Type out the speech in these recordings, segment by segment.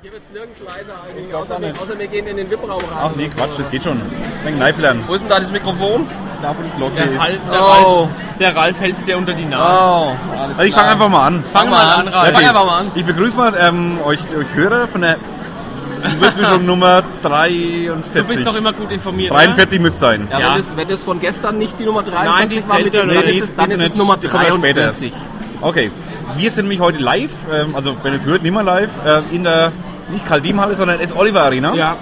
Hier wird es nirgends leiser eigentlich, außer, wir- außer wir gehen in den VIP-Raum rein. Ach nee, Quatsch, das geht schon. Wegen Live lernen. Wo ist denn da das Mikrofon? Da wo das Loch Der, ist. Ralf, der, Oh. Ralf, der Ralf hält es dir unter die Nase. Oh, alles Also ich fange einfach mal an. Fang mal an, Ralf. Fang einfach mal an. Ich begrüße mal ähm, euch, euch Hörer von der Würzmischung Nummer 43. Du bist doch immer gut informiert. ne? 43 müsste sein. Ja, Ja. Wenn, das, wenn das von gestern nicht die Nummer 43 Nein, die war, mit dem, zählt ja dann nicht. ist es, dann Die ist sind es nicht- Nummer die kommen erst später. 43. Okay, wir sind nämlich heute live, ähm, also wenn ihr es hört, nicht mehr live, äh, in der nicht Kaldim-Halle, sondern S-Oliver-Arena. Ja.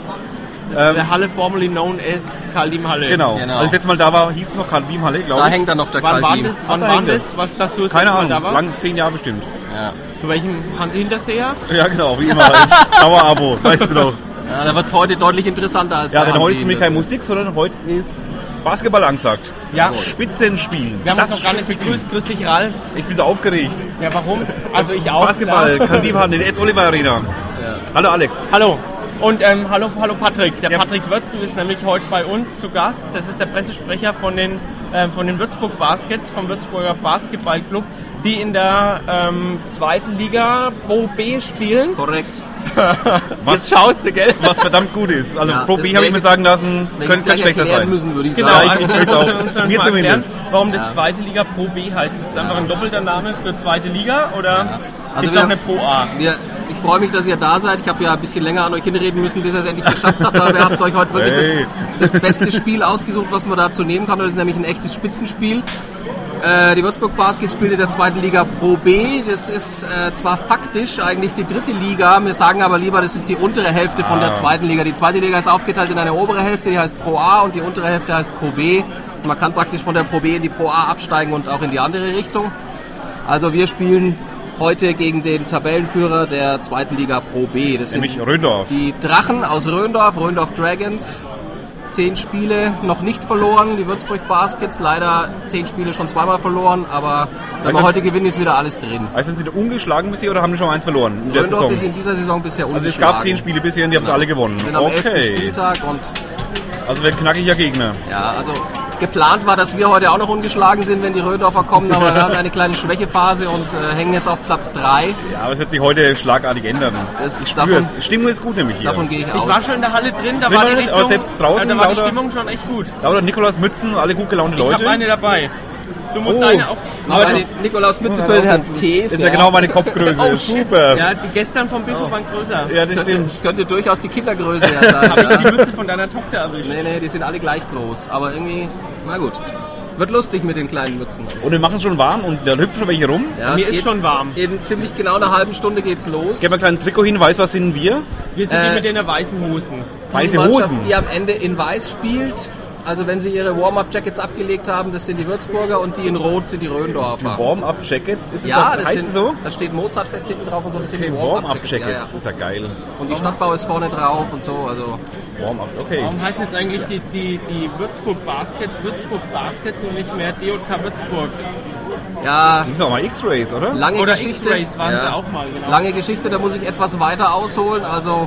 Ja. Der Halle, formerly known as Kaldim-Halle. Ähm. Genau. Genau. Als ich letztes Mal da war, hieß es noch Kaldim-Halle, Da glaube ich. hängt dann noch der Wann war Kaldi. das? Wann da war hängt er. das? Was, dass du das Keine letzte Mal Ahnung, da warst? lang, zehn Jahre bestimmt. Ja. Zu welchem Hansi Hinterseher? Ja, genau, wie immer. Dauerabo, weißt du doch. Ja, da wird es heute deutlich interessanter als Ja, bei denn heute ist Hansi. nämlich keine Musik, sondern heute ist Basketball angesagt. Ja. Spitzenspiel. Wir haben das uns noch gar nicht Spitzenspiel. begrüßt. Grüß dich, Ralf. Ich bin so aufgeregt. Ja, warum? Also ich auch. Basketball, klar. kann die haben, in der S-Oliver Arena. Hallo Alex. Hallo. Und ähm, hallo, hallo Patrick. Der Ja. Patrick Würzel ist nämlich heute bei uns zu Gast. Das ist der Pressesprecher von den, ähm, von den Würzburg Baskets, vom Würzburger Basketballclub, die in der ähm, zweiten Liga Pro B spielen. Korrekt. Was- Genau. Jetzt schaust du, gell? Was verdammt gut ist. Also Ja, Pro das B habe ich mir welches- sagen lassen, könnte kein gleich schlechter erklären sein. müssen, würde ich Genau, Ja, ich- sagen. ich also will's muss auch. man- muss man Mir mal zumindest. erklären, Warum das zweite Liga Pro B heißt. Ist es einfach ein doppelter Name für zweite Liga oder Also gibt wir- auch eine Pro A? Wir, ich freue mich, dass ihr da seid. Ich habe ja ein bisschen länger an euch hinreden müssen, bis ihr es endlich geschafft habt. Aber ihr habt euch heute wirklich Hey. das, das beste Spiel ausgesucht, was man dazu nehmen kann. Das ist nämlich ein echtes Spitzenspiel. Äh, die Würzburg Basket spielt in der zweiten Liga Pro B. Das ist äh, zwar faktisch eigentlich die dritte Liga. Wir sagen aber lieber, das ist die untere Hälfte von der zweiten Liga. Die zweite Liga ist aufgeteilt in eine obere Hälfte, die heißt Pro A und die untere Hälfte heißt Pro B. Man kann praktisch von der Pro B in die Pro A absteigen und auch in die andere Richtung. Also wir spielen heute gegen den Tabellenführer der zweiten Liga Pro B. Das sind Nämlich Röndorf. die Drachen aus Röndorf, Röndorf Dragons. Zehn Spiele noch nicht verloren. Die Würzburg Baskets leider zehn Spiele schon zweimal verloren, aber wenn wir Also- heute gewinnen, ist wieder alles drin. Also sind sie ungeschlagen bisher oder haben die schon mal eins verloren in der Röndorf ist Saison? in dieser Saison bisher Also es ungeschlagen. Genau. gab zehn Spiele bisher und die haben sie alle gewonnen. Sind am elften Okay. Spieltag und Also wird knackiger Gegner. ja, also geplant war, dass wir heute auch noch ungeschlagen sind, wenn die Röndorfer kommen, aber wir haben eine kleine Schwächephase und äh, hängen jetzt auf Platz drei. Ja, aber es wird sich heute schlagartig ändern. Das- ich davon- spüre es. Stimmung ist gut nämlich hier. Davon gehe ich aus. Ich war schon in der Halle drin, da Sind war wir die nicht, aber Richtung, selbst draußen da war die lauter- Stimmung schon echt gut. Lauter Nikolaus Mützen, alle gut gelaunte Ich Leute. habe eine dabei. Du musst Oh. eine auch. Aber Weil das- die Nikolaus Mütze für den Herrn Thees. ist ja genau meine Kopfgröße. Oh, shit. Super. Ja, Ja, die gestern vom Biffo waren größer. das Könnte, stimmt. könnte durchaus die Kindergröße ja sein. Hab ich die ja. Mütze von deiner Tochter erwischt. Nee, nee, die sind alle gleich groß. Aber irgendwie, na gut. Wird lustig mit den kleinen Mützen. Und wir machen es schon warm und dann hüpfen schon welche rum. Ja, Mir es ist schon warm. In ziemlich genau einer halben Stunde geht's los. Ich habe einen kleinen Trikot-Hinweis, was sind wir? Wir sind Äh, die mit den weißen Hosen. die Weiße Mannschaft, Hosen. die am Ende in Weiß spielt. Also wenn sie ihre Warm-Up-Jackets abgelegt haben, das sind die Würzburger und die in Rot sind die Röndorfer. Warm-Up-Jackets, ist es Ja, das, das heißt sind, es so? da steht Mozartfest hinten drauf und so, das sind die Warm-Up-Jackets, Warm-Up-Jackets. das ist ja geil. ja. Und die Stadtbau ist vorne drauf und so, also Warm-Up, okay. Warum heißen jetzt eigentlich die, die, die Würzburg Baskets Würzburg Baskets und nicht mehr DJK Würzburg? ja, Das sind auch mal X-Rays, oder? lange Oder Geschichte. X-Rays waren ja. sie auch mal, genau. Lange Geschichte, da muss ich etwas weiter ausholen. Also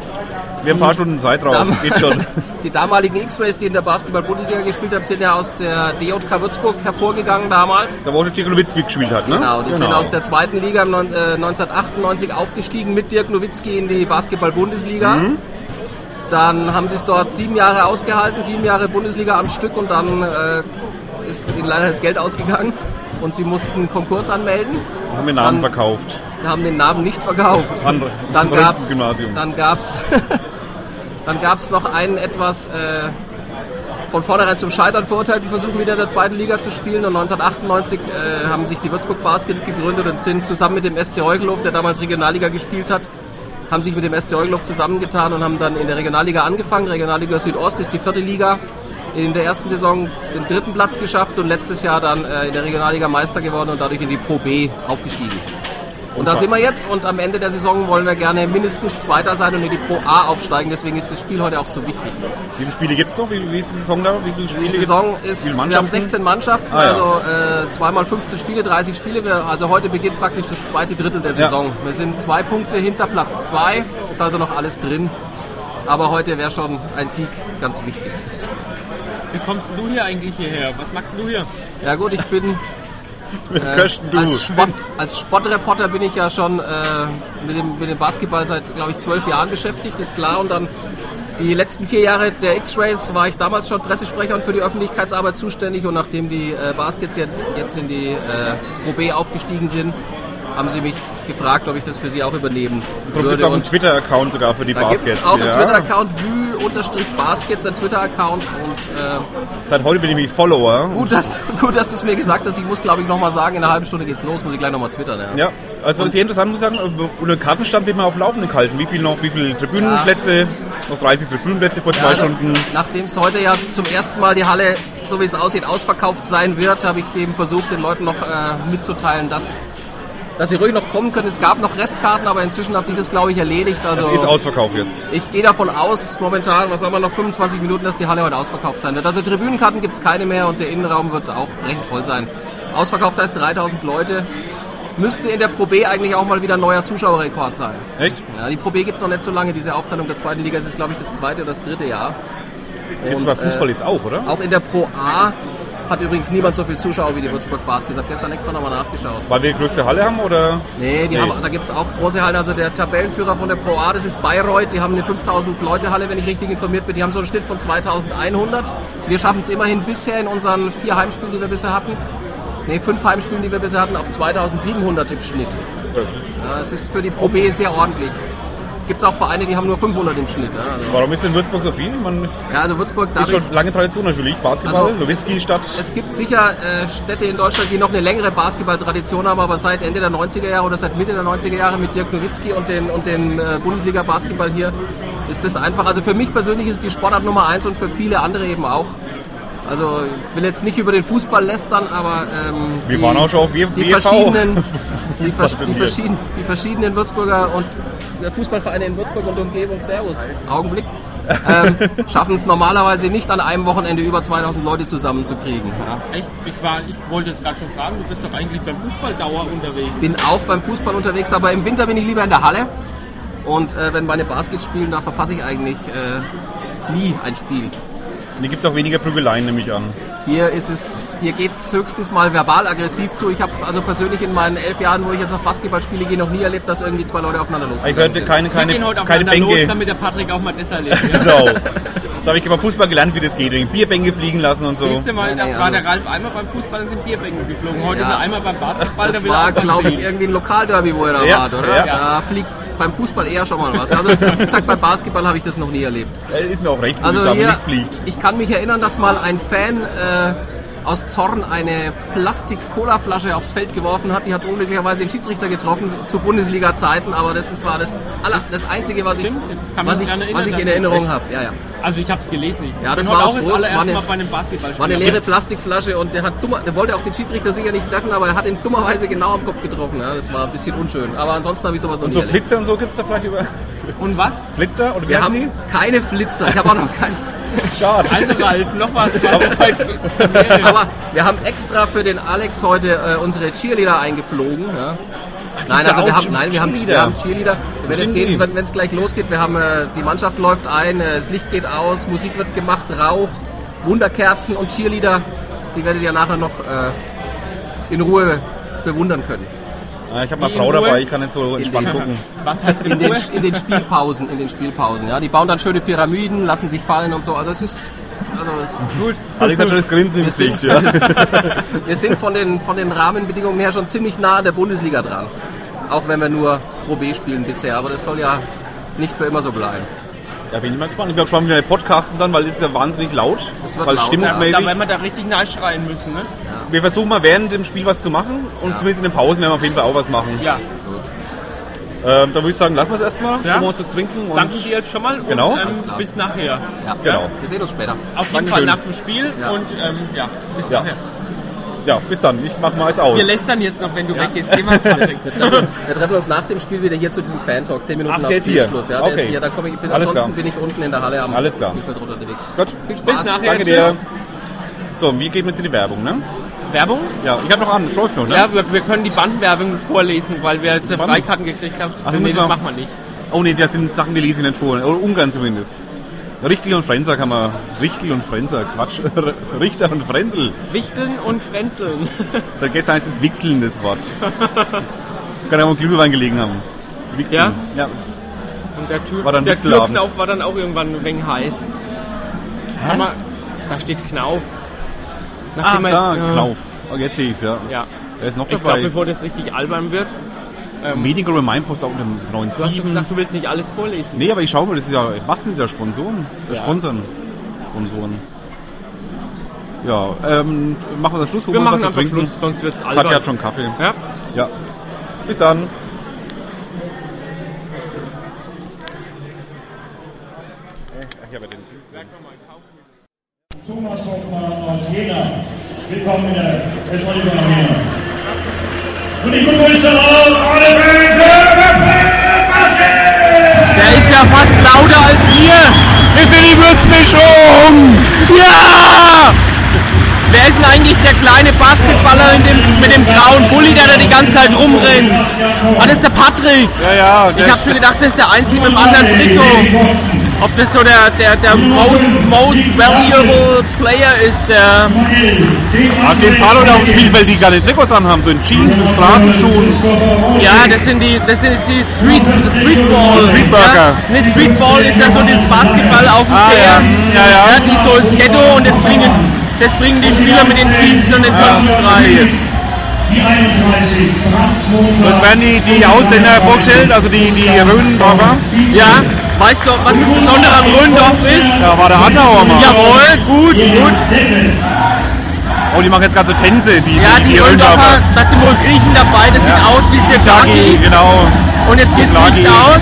wir haben ein paar Stunden Zeit drauf, Dam- geht schon. die damaligen X-Rays, die in der Basketball-Bundesliga gespielt haben, sind ja aus der DJK Würzburg hervorgegangen damals. Da wurde Dirk Nowitzki gespielt hat, ne? Genau, die sind aus der zweiten Liga im neun- äh, 1998 aufgestiegen mit Dirk Nowitzki in die Basketball-Bundesliga. Dann haben sie es dort sieben Jahre ausgehalten, sieben Jahre Bundesliga am Stück und dann äh, ist ihnen leider das Geld ausgegangen und sie mussten Konkurs anmelden. Haben wir Namen Dann- verkauft. Wir haben den Namen nicht verkauft. Andere- Dann zurück gab's, zum Gymnasium. dann gab's, dann gab's noch einen etwas äh, von vornherein zum Scheitern verurteilten Versuch, wieder in der zweiten Liga zu spielen. Und 1998 äh, haben sich die Würzburg Baskets gegründet und sind zusammen mit dem SC Eugelow, der damals Regionalliga gespielt hat, haben sich mit dem SC Eugelow zusammengetan und haben dann in der Regionalliga angefangen. Regionalliga Südost ist die vierte Liga. In der ersten Saison den dritten Platz geschafft und letztes Jahr dann äh, in der Regionalliga Meister geworden und dadurch in die Pro B aufgestiegen. Und da sind wir jetzt und am Ende der Saison wollen wir gerne mindestens Zweiter sein und in die Pro A aufsteigen. Deswegen ist das Spiel heute auch so wichtig. Wie viele Spiele gibt es noch? Wie, wie ist die Saison da? Wie viele Spiele Die gibt's? Saison Wie ist, viele wir haben Mannschaften? 16 Mannschaften, Ah, ja. also äh, zweimal 15 Spiele, 30 Spiele. Wir, also heute beginnt praktisch das zweite Drittel der Saison. Wir sind zwei Punkte hinter Platz zwei, ist also noch alles drin. Aber heute wäre schon ein Sieg ganz wichtig. Wie kommst denn du hier eigentlich hierher? Was machst denn du hier? Ja gut, ich bin Mit Kirsten Du. äh, Als, Sport, als Sportreporter bin ich ja schon äh, mit, dem, mit dem Basketball seit, glaube ich, zwölf Jahren beschäftigt, ist klar. Und dann die letzten vier Jahre der X-Rays war ich damals schon Pressesprecher und für die Öffentlichkeitsarbeit zuständig. Und nachdem die äh, Baskets jetzt, jetzt in die äh, Pro B aufgestiegen sind, haben sie mich gefragt, ob ich das für sie auch übernehmen Du gibt's würde. auch einen Und Twitter-Account sogar für die da gibt es Baskets. auch einen ja. Twitter-Account, wü-baskets, ein Twitter-Account. Und äh, Seit heute bin ich nämlich Follower. gut, dass, gut, dass du es mir gesagt hast. Ich muss, glaube ich, nochmal sagen, in einer halben Stunde geht's los. Muss ich gleich nochmal twittern. Ja. Ja, also ist hier interessant, muss ich sagen, ohne Kartenstand wird man auf Laufenden gehalten. Wie viel noch, wie viele Tribünenplätze, noch 30 Tribünenplätze vor zwei Ja, da- Stunden. Äh, Nachdem es heute ja zum ersten Mal die Halle, so wie es aussieht, ausverkauft sein wird, habe ich eben versucht, den Leuten noch äh, mitzuteilen, dass, es- dass sie ruhig noch kommen können. Es gab noch Restkarten, aber inzwischen hat sich das, glaube ich, erledigt. Also Ist ausverkauft jetzt. ich gehe davon aus, momentan, was haben wir noch, 25 Minuten, dass die Halle heute ausverkauft sein wird. Also Tribünenkarten gibt es keine mehr und der Innenraum wird auch recht voll sein. Ausverkauft heißt 3000 Leute. Müsste in der Pro B eigentlich auch mal wieder ein neuer Zuschauerrekord sein. Echt? Ja, die Pro B gibt es noch nicht so lange. Diese Aufteilung der zweiten Liga ist jetzt, glaube ich, das zweite oder das dritte Jahr. Gibt es Und, bei Fußball äh, jetzt auch, oder? Auch in der Pro A hat übrigens niemand so viel Zuschauer wie die Würzburg Baskets. Ich habe gestern extra nochmal nachgeschaut. Weil wir die größte Halle haben, oder? Nee, die Nee. Haben, da gibt es auch große Hallen. Also der Tabellenführer von der Pro A, das ist Bayreuth. Die haben eine 5000-Leute-Halle, wenn ich richtig informiert bin. Die haben so einen Schnitt von 2100. Wir schaffen es immerhin bisher in unseren vier Heimspielen, die wir bisher hatten. Nee, fünf Heimspielen, die wir bisher hatten, auf 2700 im Schnitt. Das ist, Ja, Es ist für die Pro B sehr ordentlich. Gibt es auch Vereine, die haben nur 500 im Schnitt. Ja, also, warum ist denn Würzburg so viel? Man ja, also Würzburg ist dadurch schon lange Tradition natürlich. Basketball, Also, Nowitzki-Stadt. Es gibt sicher äh, Städte in Deutschland, die noch eine längere Basketballtradition haben, aber seit Ende der 90er Jahre oder seit Mitte der 90er Jahre mit Dirk Nowitzki und den, und den äh, Bundesliga-Basketball hier ist das einfach. Also für mich persönlich ist es die Sportart Nummer eins und für viele andere eben auch. Also ich will jetzt nicht über den Fußball lästern, aber ähm, Wir waren auch schon auf W- die WV. verschiedenen, die, vers- die, Fußballturnier. verschieden, die verschiedenen Würzburger und äh, Fußballvereine in Würzburg und Umgebung, Servus, Augenblick, ähm, schaffen es normalerweise nicht an einem Wochenende über 2000 Leute zusammenzukriegen. Echt? Ich, war, ich wollte es gerade schon fragen, du bist doch eigentlich beim Fußballdauer unterwegs. Bin auch beim Fußball unterwegs, aber im Winter bin ich lieber in der Halle. Und äh, wenn meine Baskets spielen, da verpasse ich eigentlich äh, nie ein Spiel. Hier gibt es auch weniger Prügeleien, nehme ich an. Hier ist es, hier geht es höchstens mal verbal aggressiv zu. Ich habe also persönlich in meinen elf Jahren, wo ich jetzt auf Basketball spiele, gehe noch nie erlebt, dass irgendwie zwei Leute aufeinander Ich losgegangen hörte sind. keine, keine, Wir gehen heute keine aufeinander los, Bänke. damit der Patrick auch mal das erlebt. Ja? Genau. Das habe ich beim Fußball gelernt, wie das geht. Wegen Bierbänke fliegen lassen und so. Siehst du mal, Nein, da nein, war also- der Ralf einmal beim Fußball und sind Bierbänke geflogen. Heute Ja. ist er einmal beim Basketball. Das will er war, auch was glaube ich, sehen. irgendwie ein Lokalderby, wo ihr da Ja, wart, oder? ja. Da fliegt beim Fußball eher schon mal was. Also wie gesagt, beim Basketball habe ich das noch nie erlebt. Äh, Ist mir auch recht, muss ich Also sagen, wenn hier, nichts fliegt. ich kann mich erinnern, dass mal ein Fan äh, aus Zorn eine Plastik-Cola-Flasche aufs Feld geworfen hat. Die hat unglücklicherweise den Schiedsrichter getroffen zu Bundesliga-Zeiten, aber das ist, war das, aller, das Einzige, was ich, Stimmt, das kann man was sich ich, dran erinnern, was ich in dass Erinnerung das habe. Ja, ja. Also ich habe es gelesen. Ich Ja, bin das heute war auch das das Große. allererste War eine- Mal bei einem Basketballspiel. War eine leere Plastikflasche und der, hat dummer, der wollte auch den Schiedsrichter sicher nicht treffen, aber er hat ihn dummerweise genau am Kopf getroffen. Ja, das war ein bisschen unschön. Aber ansonsten habe ich sowas noch nie So erlebt. Flitzer und so gibt es da vielleicht über Und was? Flitzer? Oder wie Wir heißen haben keine Flitzer. Ich habe auch noch keinen. die? Schade. Also Ralf, noch was. Aber wir haben extra für den Alex heute äh, unsere Cheerleader eingeflogen. Ja. Nein, gibt's also auch wir haben, Che- nein, wir haben, wir Cheerleader? haben Cheerleader. Wir werden jetzt sind sehen, die? wenn es gleich losgeht. Wir haben äh, die Mannschaft läuft ein, äh, das Licht geht aus, Musik wird gemacht, Rauch, Wunderkerzen und Cheerleader. Die werdet ihr nachher noch äh, in Ruhe bewundern können. Ah, Ich habe meine Wie Frau in Ruhe? dabei, ich kann jetzt so entspannt Idee. gucken. was heißt In denn den, Ruhe? in den Spielpausen, in den Spielpausen. Ja, die bauen dann schöne Pyramiden, lassen sich fallen und so. Also es ist also Gut. Alex hat schon das Grinsen im wir sind, Gesicht, ja. wir sind von den, von den Rahmenbedingungen her schon ziemlich nah an der Bundesliga dran. Auch wenn wir nur Pro B spielen bisher, aber das soll ja nicht für immer so bleiben. Da bin ich mal gespannt. Ich bin auch gespannt, wie wir podcasten dann, weil es ist ja wahnsinnig laut. Es wird weil laut, Da, stimmungsmäßig. da werden wir da richtig nachschreien müssen, ne? Wir versuchen mal während dem Spiel was zu machen und zumindest in den Pausen werden wir auf jeden Fall auch was machen. Ja. Ähm, da würde ich sagen, lassen wir es erstmal, Ja. um uns zu trinken. Und Danke dir jetzt schon mal und Genau. ähm, Alles klar. bis nachher. Ja, Genau. Wir sehen uns später. Auf jeden Dankeschön. Fall nach dem Spiel Ja. und ähm, ja. Bis Ja. nachher. ja, bis dann. Ich mach mal jetzt aus. Wir lästern jetzt noch, wenn du weggehst. Geh mal, Patrick. Wir treffen uns nach dem Spiel wieder hier zu diesem Fan-Talk. Zehn Minuten Ach, der ist hier. Spielschluss. Ja, der Okay. ist hier. Da komme ich, bin, Alles ansonsten klar. bin ich unten in der Halle am Alles klar. Spielfeld unterwegs. Gut. Viel Spaß. Bis nachher. Danke Tschüss. dir. So, wir gehen jetzt in die Werbung, ne? Werbung? Ja, ich habe noch an, das läuft noch, ne? Ja, wir, wir können die Bandwerbung vorlesen, weil wir jetzt äh, Freikarten gekriegt haben. Ach, so nee, müssen das wir- machen wir nicht. Oh ne, das sind Sachen, die lese ich nicht vor. Oder Ungarn zumindest. Richtel und Frenzer kann man. Richtel und Frenzer, Quatsch. Richter und Frenzel. Wichteln und Frenzeln. Seit gestern heißt es Wichseln, das Wort. kann ja am Glühwein gelegen haben. Wichseln. Ja? Und der, Tür, War dann der Wechselabend. Türknauf war dann auch irgendwann ein wenig heiß. Hä? Mal, da steht Knauf. Ach, Nachdem er- da, Ah, ja. Knauf. Oh, jetzt sehe ich es, ja. Ja. Er ist noch Ich glaube, dabei. bevor das richtig albern wird, Meeting Room Mindpost auch unter dem du hast doch 97. gesagt, du willst nicht alles vorlesen. Nee, aber ich schaue mal, das ist ja. Was sind die da Sponsoren? Äh, Ja. Sponsoren. Sponsoren. Ja, ähm, machen wir dann Schluss, holen Wir uns machen was zu einfach trinken. Schluss, sonst wird es albern. Katja hat schon Kaffee. Ja. Ja. Bis dann. Ich habe den Thomas Hoffmann aus Jena. Willkommen in der Entschuldigung nach Jena. Und ich begrüße auch alle Welt für Der ist ja fast lauter als wir. Wir sind die Würzmischung. Ja! Wer ist denn eigentlich der kleine Basketballer in dem, mit dem grauen Bulli, der da die ganze Zeit rumrennt? Ah, das ist der Patrick. Ja, ja, Ich habe schon gedacht, das ist der Einzige mit dem anderen Trikot. Ob das so der, der, der most, most valuable Player ist, der... Da stehen ein paar Leute auf dem Spielfeld, die keine Trikots anhaben, so in Jeans, in Straßenschuhen. Ja, das sind die, das sind die Street, Streetball. Streetburger. Ja, ne, Streetball ist ja so dieses Basketball auf dem Ah, Feld. ja. Ja, ja. die ist so ins Ghetto und das bringen, das bringen die Spieler mit den Teams und den Coaches rein. Die 31, Franz Das Montag. werden die, die Ausländer vorgestellt, also die, die Rhönenbauer. Ja, weißt du, was das Besondere am Röndorf ist? Da war der Adenauer mal. Jawohl, gut, gut. Oh, die machen jetzt gerade so Tänze, die, Ja, die Röndorfer, das sind wohl Griechen dabei, das sieht Ja. aus wie Dagi, Sirtaki. genau. Und jetzt geht's Sirtaki. nicht aus.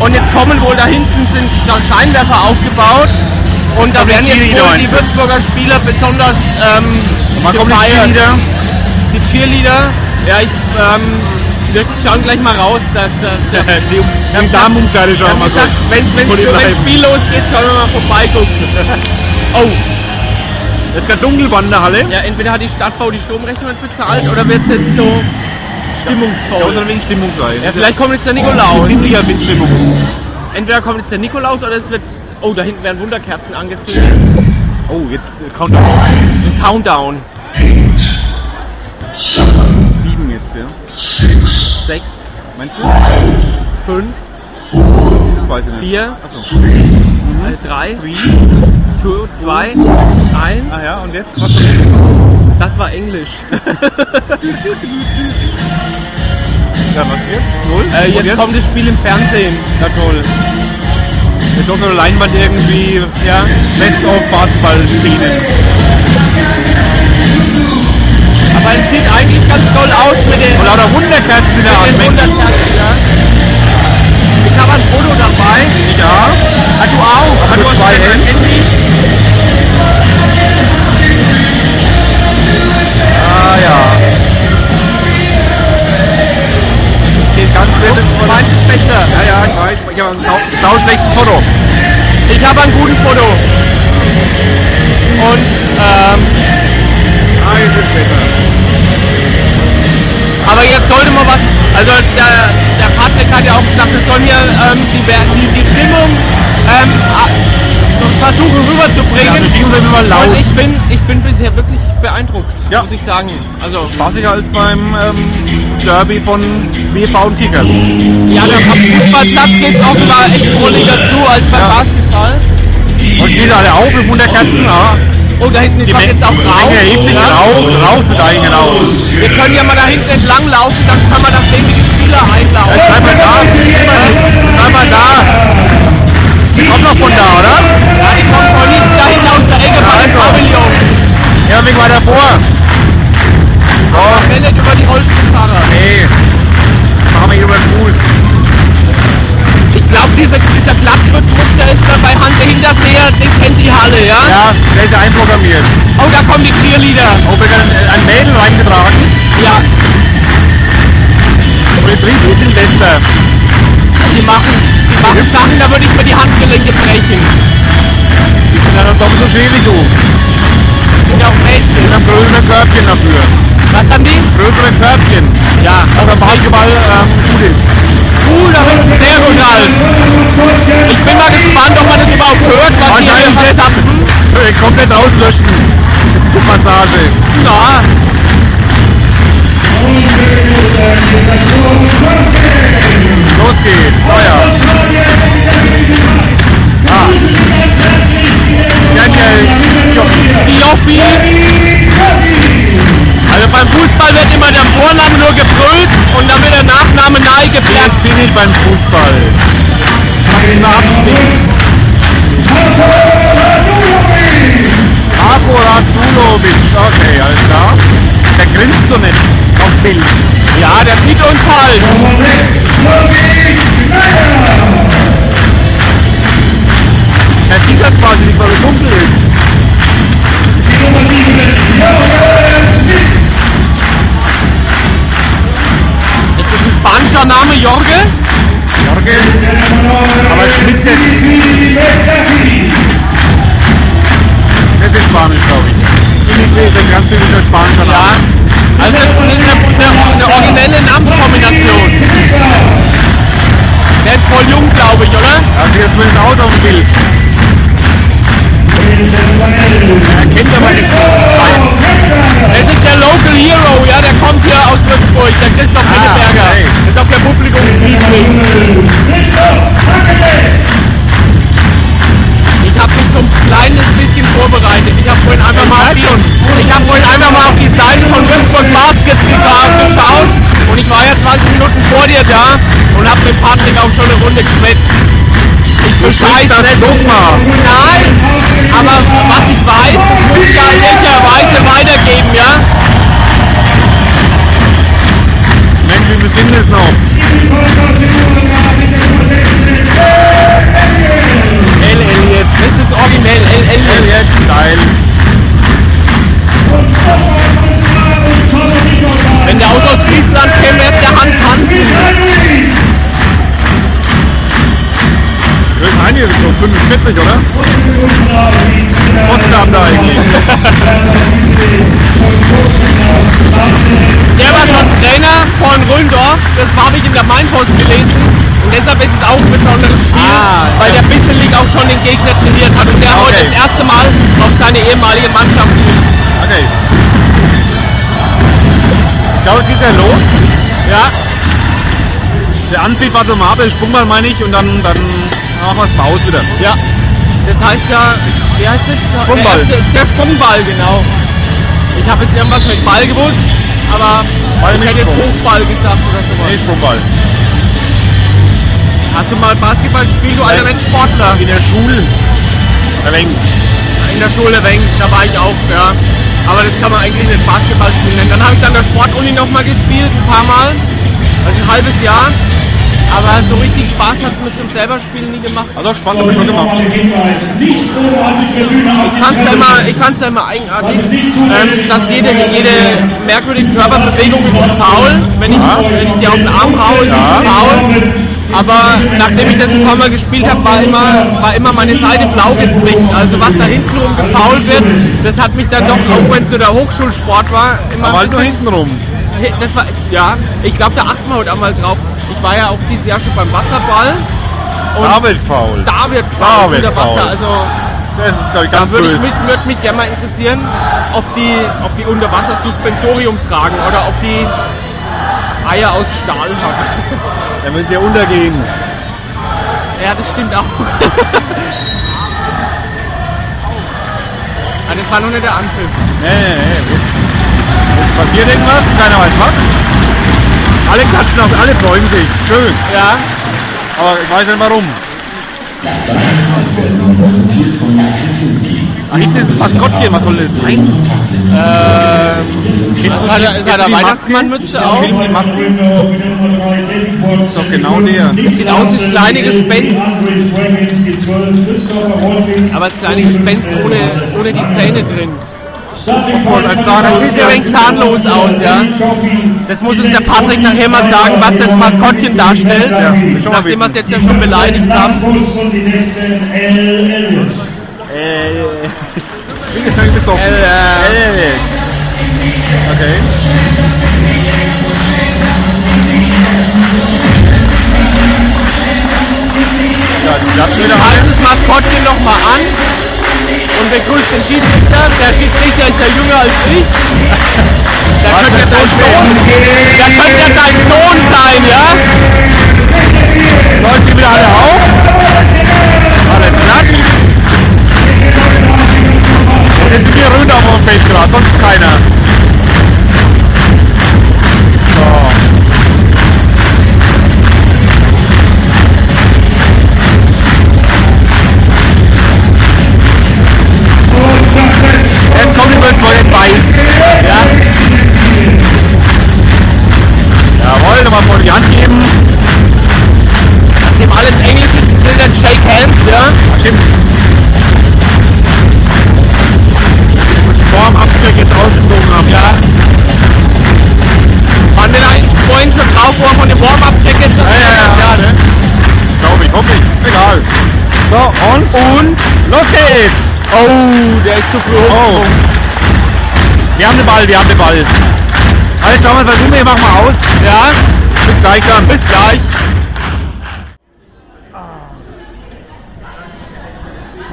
Und jetzt kommen wohl da hinten sind Sch- Scheinwerfer aufgebaut. Und da kommt werden die jetzt Cheerleader wohl die meinst du? Würzburger Spieler besonders ähm, Man kommt nicht gefeiert. wieder. Die Cheerleader. Ja, ich, ähm, wir schauen gleich mal raus. Dass, äh, dass, dass, Die, die Damenumkleide schauen wir mal ich sag's, so. wenn's, wenn's, Polizei. wenn's Spiel losgeht, sollen wir mal vorbeigucken. Oh, Jetzt gerade Dunkelband in der Halle. ja, entweder hat die Stadtbau die Stromrechnung nicht bezahlt oder wird's jetzt so Da muss stimmungsvoll. ein wenig Stimmung sein. Ja, vielleicht kommt jetzt der Oh, Wir Nikolaus. sind sicher mit Stimmung. Entweder kommt jetzt der Nikolaus oder es wird. Oh, da hinten werden Wunderkerzen angezündet. Oh, jetzt äh, Countdown. Ein Countdown. Sieben jetzt, ja. Sechs, Meinst du? fünf, Das weiß ich nicht. vier, Achso. äh, drei, Three. two, zwei, eins. Ah ja, und jetzt? Was? Das war Englisch. Ja, was ist jetzt? Null? Äh, Und jetzt, kommt das Spiel im Fernsehen. Na toll. Mit auf einer Leinwand irgendwie ja, Best of Basketball-Szenen. Aber es sieht eigentlich ganz toll aus mit den, Und lauter Wunderkerzen in der mit den Anmengen. Wunderkerzen. Ja. Ich habe ein Foto dabei. Ja, Ah, du auch. aber du nur hast zwei kein Hände. Handy. Ah ja. Es geht ganz schwer. Und Oh, meins ist besser. Ja, ja, ich weiß. Ich habe einen sau, sau schlechten Foto. Ich habe ein gutes Foto. Und ähm, Ah, jetzt ist besser. Aber jetzt sollte man was, also der, der Patrick hat ja auch gesagt, wir sollen hier ähm, die, Wer- die, die Stimmung ähm, a- versuchen Ja, rüberzubringen. die Stimmung wird immer Und laut. ich bin, ich bin bisher wirklich beeindruckt, Ja. muss ich sagen. Also, Spaßiger als beim ähm, Derby von BV und Kickers. ja, da am Fußballplatz geht es offenbar echt rolliger zu als beim Basketball. Und stehen alle auf mit Wunderkerzen. Ah, Oh, da hinten, die fahren jetzt auch Die rauf. Menge hebt sich ja? raucht, raucht es eigentlich raus. Wir können ja mal da hinten entlang laufen, dann kann man das sehen, wie die Spieler einlaufen. Bleib mal da, bleib mal da. Die kommt noch von da, oder? Ja, die kommen von hinten da hinten aus der Ecke bei dem Also. Pavillon. Ja, ein wenig weiter vor. Oh. Wenn nicht über die Rollstuhlfahrer. Nee, machen wir hier über den Fuß. Ich glaube, dieser, dieser Klatschrhythmus, der ist dann bei Hans Hinterseher, den kennt die Halle, ja? Ja, der ist ja einprogrammiert. Oh, da kommen die Cheerleader. Oh, wir haben ein Mädel reingetragen. Ja, Und jetzt riecht es in Lester. die machen, die machen Sachen, da würde ich mir die Handgelenke brechen. Die sind dann doch so schwierig, du. Das sind ja auch Die Mädchen. haben größere Körbchen dafür. Was haben die? Größere Körbchen. Ja. Was am Basketball ähm, gut ist. Cool, da wird sehr gut alt. Ich bin mal gespannt, ob komplett rauslöschen, diese Passage. Ja, Los geht's, euer. Ah. Daniel Joffi. Joffi. also beim Fußball wird immer der Vorname nur gebrüllt und dann wird der Nachname nahe Wir geplatzt. sind nicht beim Fußball. Kannst du mal abschließen? Marko Radulovic, okay, alles klar. Der grinst so nett auf Bild. Ja, der sieht uns halt. Er sieht halt quasi nicht, weil er dunkel ist. Ist das ein spanischer Name, Jorge? Jorge, aber Schmidt nicht. Das ist Spanisch, glaube ich. Dimitri ist ein ganz typischer spanischer Ja. Name. Also eine, eine, eine originelle Namenskombination. Der ist voll jung, glaube ich, oder? Ja, sieht ja zumindest aus auf dem Bild. Er kennt aber nichts. Das ist der Local Hero, ja, der kommt hier aus Würzburg, der Christoph Ah, Henneberger. okay. Ist auch der Publikumsliebling. Ich habe mich so ein kleines bisschen vorbereitet. Ich habe vorhin einfach mal auf die, ich hab vorhin einfach mal auf die Seite von Würzburg Baskets gefahren, geschaut und ich war ja 20 Minuten vor dir da und habe mit Patrick auch schon eine Runde geschwätzt. Ich bescheiß das nicht. Dogma. Nein, aber was ich weiß, das muss ich ja in welcher Weise weitergeben, ja? Mensch, wie viel sind das noch? Äh, El Elliot. Das ist originell, El El Elliot, geil. Wenn der auch aus Griechenland käme, wäre es der Hans Hansen. Das ist einiges, so 45, oder? Was gab da eigentlich? Der war schon Trainer von Röndorf, das habe ich in der Mainpost gelesen. Und deshalb ist es auch ein besonderes Spiel, Ah, weil der Bisselig auch schon den Gegner trainiert hat und der heute Okay. das erste Mal auf seine ehemalige Mannschaft spielt. Okay. Ich glaube, jetzt geht er los. Ja, Der Antrieb war so Marble, Sprungball meine ich, und dann, dann machen wir es mal aus wieder. ja. Das heißt ja, wie heißt das? Sprungball. Der, erste, der Sprungball, genau. Ich habe jetzt irgendwas mit Ball gewusst, aber Ball ich mit hätte jetzt Sprung. Hochball gesagt oder Nee, sowas. Sprungball. Hast du mal Basketball gespielt, du alter Nein. Mensch Sportler? In der Schule. Da denken. in der Schule weg, da war ich auch, ja. Aber das kann man eigentlich nicht Basketball spielen nennen. Dann habe ich es an der Sportuni nochmal gespielt, ein paar Mal, also ein halbes Jahr. Aber so richtig Spaß hat es mit zum selber Spielen nie gemacht. Also Spaß hat mir schon gemacht. Ich fand es ja, immer- ich fand's ja immer eigenartig, ähm, dass jede, jede merkwürdige Körperbewegung ist ein Foul. Wenn ich, wenn ich dir auf den Arm haue, ist es ein Foul. Aber nachdem ich das ein paar Mal gespielt habe, war immer, war immer meine Seite blau gezwickt. Also was da hinten rum gefault wird, das hat mich dann doch, auch wenn es nur der Hochschulsport war, immer Aber ein halt nur bisschen hinten rum. Hey, Das war, ja, ich glaube, der achten wir heute einmal drauf. Ich war ja auch dieses Jahr schon beim Wasserball. David faul. Da wird Da wird unter Wasser. gefault. Also, Das ist, glaube ich, da ganz würde ich böse. mich, würd mich gerne mal interessieren, ob die, ob die unter Wasser Suspensorium tragen oder ob die Eier aus Stahl haben. Dann würden sie ja untergehen. Ja, das stimmt auch. Ah, das war noch nicht der Anpfiff. Nee, nee, nee. Jetzt, jetzt passiert irgendwas, keiner weiß was. Alle klatschen auf, alle freuen sich. Schön. Ja. Aber ich weiß nicht warum. Das Dreiecksrad wird nun präsentiert von Krasinski. Da hinten ist das Maskottchen, was soll das sein? Äh, Äh, Ist halt einer ist einer Weihnachtsmannmütze auf? Film mit Masken. Das ist doch genau der. Das sieht aus wie das kleine Gespenst. Aber das kleine Gespenst ohne, ohne die Zähne drin. Das sieht ein wenig zahnlos aus, ja. Das muss uns der Patrick nachher mal sagen, was das Maskottchen darstellt. Ja, will ich schon mal nachdem wir wissen. es jetzt ja schon beleidigt haben. Äh, ich bin besoffen. Äh. Äh. Okay. Ja, die klatschen wieder alle. Also Halt das Maskottchen nochmal an. und begrüßt den Schiedsrichter. Der Schiedsrichter ist ja jünger als ich. Da könnte ja dein Sohn, da könnte ja dein Sohn sein, ja? Läuft die wieder alle auf? Alles klatsch. Jetzt sind wir runter auf dem Feld gerade, sonst keiner. So. Jetzt kommt die Würzburg, jetzt beißt. Ja? Jawohl, nochmal vor die Hand geben. Dem alles Englisch sind dann Shake Hands, ja? Ach, Stimmt. Vorm Abcheck jetzt ausgezogen haben. Ja. Waren wir da eigentlich vorhin schon drauf, wo er von dem Warm-Up-Check jetzt Ja, ja, ja. ne? Glaube ich, hoffe ich. Egal. So, und? Und? Los geht's! Oh, Der ist zu früh oh. Wir haben den Ball, wir haben den Ball. Alles schau mal, versuchen wir, machen wir aus. Ja? Bis gleich dann. Bis gleich.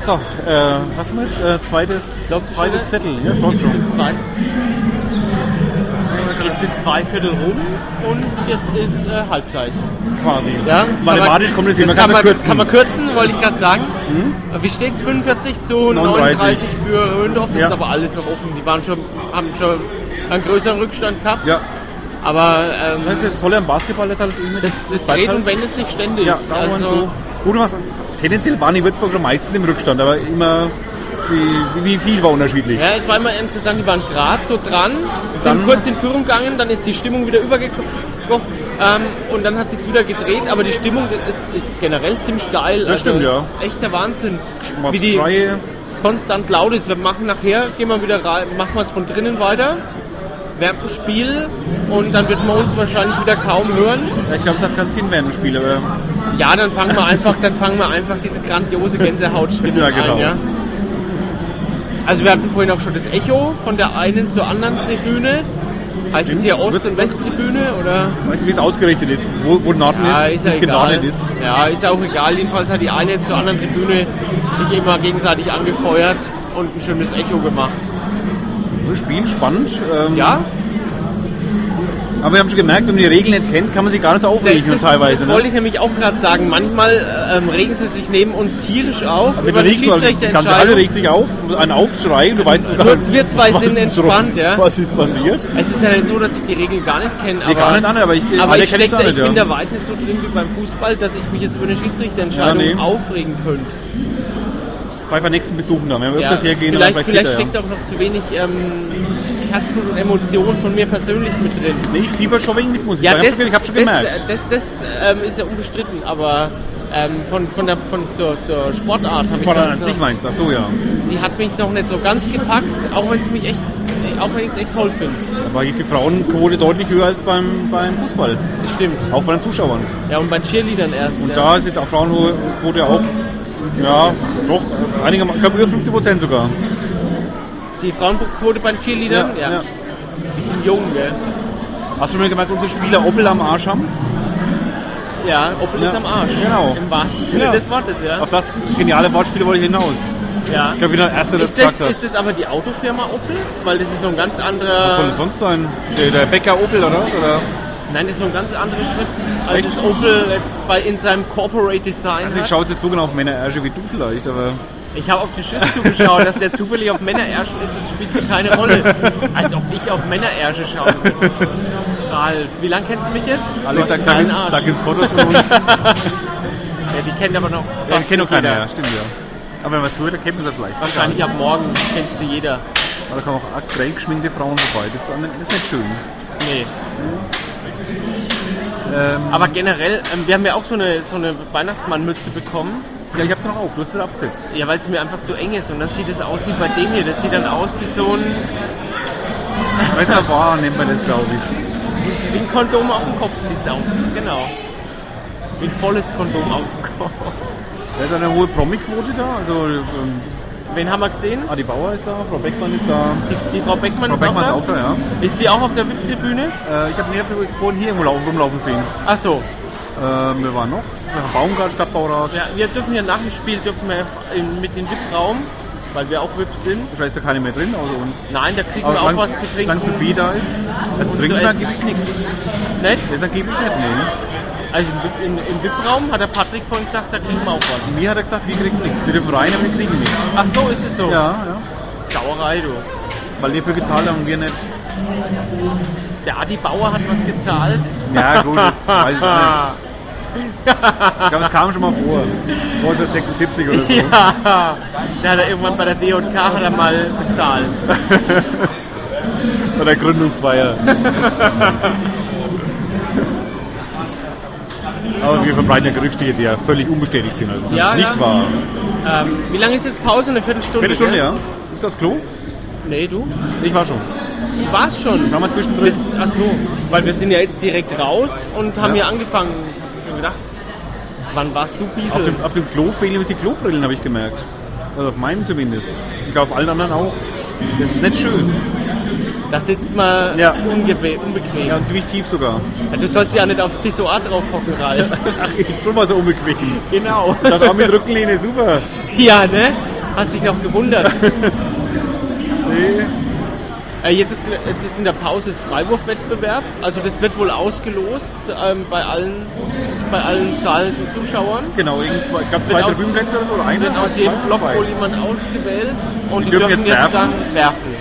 So, äh, was haben wir jetzt? Äh, zweites, zweites Viertel. Ja, das läuft Jetzt schon. sind zwei. Jetzt sind zwei Viertel rum und jetzt ist äh, Halbzeit. Quasi. Ja, Mathematisch kommt es hier, das man kann kann man, es das kann man kürzen. kürzen, wollte ich gerade sagen. Hm? Wie steht es? 45 zu 39, 39 für Röndorf. Das Ja. ist aber alles noch offen. Die waren schon, haben schon einen größeren Rückstand gehabt. Ja, Aber Das ähm, ist das Tolle am Basketball ist halt irgendwie das, das Zweitfall- dreht und wendet sich ständig. Ja, da also, so. Gut, was, tendenziell waren die Würzburger schon meistens im Rückstand, aber immer wie, wie viel war unterschiedlich. Ja, es war immer interessant, die waren gerade so dran, sind Dann- kurz in Führung gegangen, dann ist die Stimmung wieder übergekocht ähm, und dann hat sich's wieder gedreht, aber die Stimmung ist, ist generell ziemlich geil. Also, Das stimmt, ja. ist echt der Wahnsinn, Mal wie die zwei, konstant laut ist. Wir machen nachher, gehen wir wieder rein, machen wir es von drinnen weiter, wärmt ein Spiel und dann wird man uns wahrscheinlich wieder kaum hören. ich glaube, es hat keinen Sinn mehr im Spiel, aber Ja, dann fangen wir einfach, dann fangen wir einfach diese grandiose Gänsehautstimmung Ja, genau. ein. Ja? Also wir hatten vorhin auch schon das Echo von der einen zur anderen Tribüne. Heißt es hier Ost- und Westtribüne oder? weißt du, wie es ausgerichtet ist, wo, wo Norden Ja, ist, genau ist ja es egal. genordet ist. Ja, ist ja auch egal. Jedenfalls hat die eine zur anderen Tribüne sich immer gegenseitig angefeuert und ein schönes Echo gemacht. Das Spiel spannend. Ähm, Ja, Aber wir haben schon gemerkt, wenn man die Regeln nicht kennt, kann man sie gar nicht so das, aufregen ist- teilweise. das Ne? wollte ich nämlich auch gerade sagen. Manchmal ähm, regen sie sich neben uns tierisch auf Mit über der Regel, die die ganze Halle Schiedsrichterentscheidung. regt sich auf, ein Aufschrei, du weißt Nur wir zwei sind ist drum- entspannt, ja. Was ist passiert? Es ist ja nicht so, dass ich die Regeln gar nicht kenne. Nee, gar nicht an, aber ich, Aber alle ich, kennen es steck da, alle, ich ja. bin da weit nicht so drin wie beim Fußball, dass ich mich jetzt über eine Schiedsrichterentscheidung Ja, nee. aufregen könnte. Vielleicht beim nächsten Besuch dann, wenn wir Ja, öfters hergehen, dann vielleicht vielleicht geht er, ja. steckt auch noch zu wenig ähm, Herzblut und Emotion von mir persönlich mit drin. Nee, ich fieber schon wegen mit, muss ich sagen. Ich hab schon- ich habe schon das, gemerkt. das, das, ähm, ist ja unbestritten, aber ähm, von, von der, von, zur, zur Sportart habe ich Boah, dann da an jetzt sich noch, meinst du, ach so, ja. die hat mich noch nicht so ganz gepackt, auch wenn es mich echt, auch wenn ich es echt toll finde. Dabei ist die Frauenquote deutlich höher als beim, beim Fußball, Das stimmt. auch bei den Zuschauern. Ja, und bei Cheerleadern erst. Und ja. da ist die Frauenquote auch, ja, doch, einige, ich glaube über 50 Prozent sogar. Die Frauenquote bei den Cheerleadern? Ja. Die sind jung, gell? Hast du schon mal gemerkt, unsere Spieler Opel am Arsch haben? Ja, Opel ist Ja, am Arsch. genau. Im wahrsten Sinne Ja. des Wortes, ja. Auf das geniale Wortspiel wollte ich hinaus. ja. Ich glaube, ich bin der Erste, der Genau, das Ist das, gesagt hat. ist das aber die Autofirma Opel? Weil das ist so ein ganz Was soll anderer. es sonst sein? Der, der Bäcker Opel oder was? Oder? Nein, das ist so eine ganz andere Schrift, als Echt? es Opel jetzt bei, in seinem Corporate Design Also ich hat. schaue jetzt so genau auf Männer Ärsche wie du vielleicht, aber Ich habe auf den Schiff zugeschaut, dass der zufällig auf Männerärschen ist, das spielt hier keine Rolle. Als ob ich auf Männerärsche schaue. Ralf, wie lange kennst du mich jetzt? Alex, du da, hast da, keinen gibt's- da Arsch. gibt es Fotos von uns. ja, die kennt aber noch. Den kennt fast noch nicht keiner, jeder. ja, stimmt ja. Aber wenn man es hört, dann kennt man es ja vielleicht. Wahrscheinlich ab morgen kennt sie jeder. Aber da kommen auch arg grell geschminkte Frauen vorbei. Das ist, das ist nicht schön. Nee. Ähm, Aber generell, ähm, wir haben ja auch so eine, so eine Weihnachtsmannmütze bekommen, ja, ich hab's noch auf, du hast wieder abgesetzt. ja, weil es mir einfach zu eng ist. Und dann sieht es aus wie bei dem hier. Das sieht dann aus wie so ein, Reservoir nennt man das, glaube ich. wie ein Kondom auf dem Kopf sieht es aus. Genau. Wie ein volles Kondom auf dem Kopf. Da ist eine hohe Promi-Quote da. Also, ähm, Wen haben wir gesehen? Adi Bauer ist da, Frau Beckmann ist da. Die, die Frau Beckmann Frau ist Beckmann ist auch auch da, ja. da. Ist die auch auf der VIP-Tribüne? Äh, ich habe nicht vorhin hier irgendwo lau- rumlaufen sehen. Achso. Ähm, wir waren noch. Wir haben Baumgart, Stadtbaurat. Ja, wir dürfen ja nach dem Spiel dürfen wir in- mit in den VIP-Raum weil wir auch Wips sind. Da ist ja keine mehr drin außer uns. Nein, da kriegen Aber wir auch solange- was zu trinken. solange das Buffet da ist, also Und trinken zu da essen. gibt nichts. Nicht? Das ergibt nicht, nee. Also im, im, im VIP-Raum hat der Patrick vorhin gesagt, da kriegen wir auch was. Mir hat er gesagt, wir kriegen nichts. Wir dürfen rein, aber wir kriegen nichts. Ach so, ist es so. Ja, ja. Sauerei, du. Weil wir für gezahlt haben, wir nicht. Der Adi Bauer hat was gezahlt. Ja, gut, das weiß ich nicht. Ich glaube, es kam schon mal vor. 1976 oder so. Ja, da hat er irgendwann bei der D&K hat er mal bezahlt. Bei der Gründungsfeier. Aber wir verbreiten ja Gerüchte, die ja völlig unbestätigt sind. Also Ja, nicht ja. wahr. Ähm, wie lange ist jetzt Pause? Eine Viertelstunde? Viertelstunde, gell? ja. Ist das Klo? Nee, du? Ich war schon. Du warst schon. War mal zwischendrin. Bis, ach so, weil wir sind ja jetzt direkt raus und haben Ja. hier angefangen. Ich hab schon gedacht, wann warst du Auf Biesel? dem, auf dem Klo fehlen nämlich die Klobrillen, habe ich gemerkt. Also auf meinem zumindest. Ich glaube, auf allen anderen auch. Das ist nicht schön. Da sitzt man Ja. ungebet, unbequem. Ja, und ziemlich tief sogar. Ja, Du sollst ja nicht aufs Pissoir drauf hocken, Ralf. Ach, ich bin mal so unbequem. genau. Dann auch mit Rückenlehne, super. ja, ne? Hast dich noch gewundert. Äh, jetzt, ist, jetzt ist in der Pause das Freiwurfwettbewerb. Also das wird wohl ausgelost ähm, bei allen bei allen zahlenden Zuschauern. Genau, irgend zwei, ich glaube zwei Wird aus- Tribünenplätze oder so, oder eine? Wird aus jedem Zwei? Block Zwei. wohl jemand ausgewählt und die, dürfen dürfen, jetzt jetzt, werfen. dann werfen.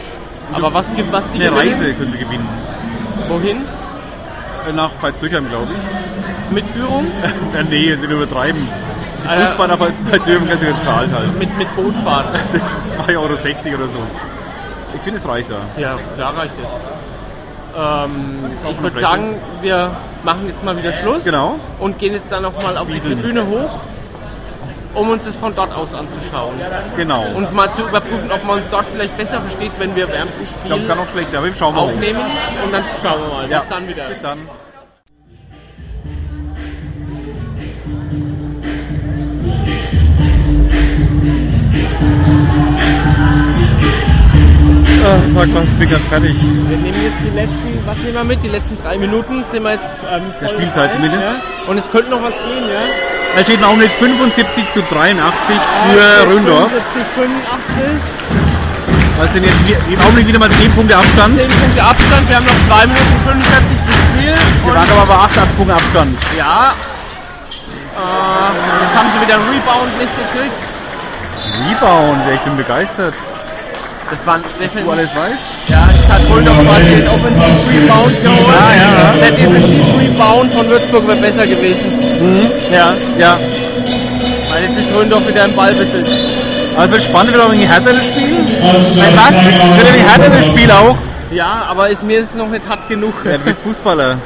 Aber was gibt was die Eine gewinnen? Reise können sie gewinnen. Wohin? Äh, Nach Veitshöchheim, glaube ich. Mit Führung? Äh, nee, sie übertreiben. Die Ah, ja. Busfahrt nach Veitshöchheim kannst du bezahlt halt. Mit, mit Bootfahrt. Das ist 2,60 Euro oder so. Ich finde, es reicht da. Ja, da reicht es. Ähm, ich würde Brechen. sagen, wir machen jetzt mal wieder Schluss Genau. und gehen jetzt dann nochmal auf die Wieseln. Tribüne hoch, um uns das von dort aus anzuschauen. Genau. Und Und mal zu überprüfen, ob man uns dort vielleicht besser versteht, wenn wir während dem ich glaube, es Spiel kann auch schlechter, aber wir schauen mal. aufnehmen. Und dann schauen wir mal. Ja. Bis dann wieder. Bis dann. Ah, sag was, ich bin ganz fertig. Wir nehmen jetzt die letzten, was nehmen wir mit? Die letzten drei Minuten sind wir jetzt ähm, voll Spielzeit rein, zumindest. Ja? Und es könnte noch was gehen, ja? Da steht im Augenblick 75 zu 83 für Röndorf. 75, 85. Was sind jetzt wir- im Augenblick wieder mal 10 Punkte Abstand? 10 Punkte Abstand, wir haben noch 2 Minuten 45 bis Spiel. Wir waren Und aber bei 8 Punkte Abstand. ja, äh, jetzt haben sie wieder einen Rebound nicht gekriegt. Rebound, ja, ich bin begeistert. Das waren Du definitiv. alles weißt? Ja, jetzt hat Bulldog quasi den Offensiv-Rebound geholt. Ah, ja. Der Defensiv-Rebound von Würzburg wäre besser gewesen. Ja, ja. Weil jetzt ist Röndorf wieder im Ballbesitz. Aber es wird spannend, wird auch ein härteres Spiel. Ein was? Es wird ein härteres Was? Für den Spiel auch. Ja, aber ist, mir ist es noch nicht hart genug. Ja, du bist Fußballer.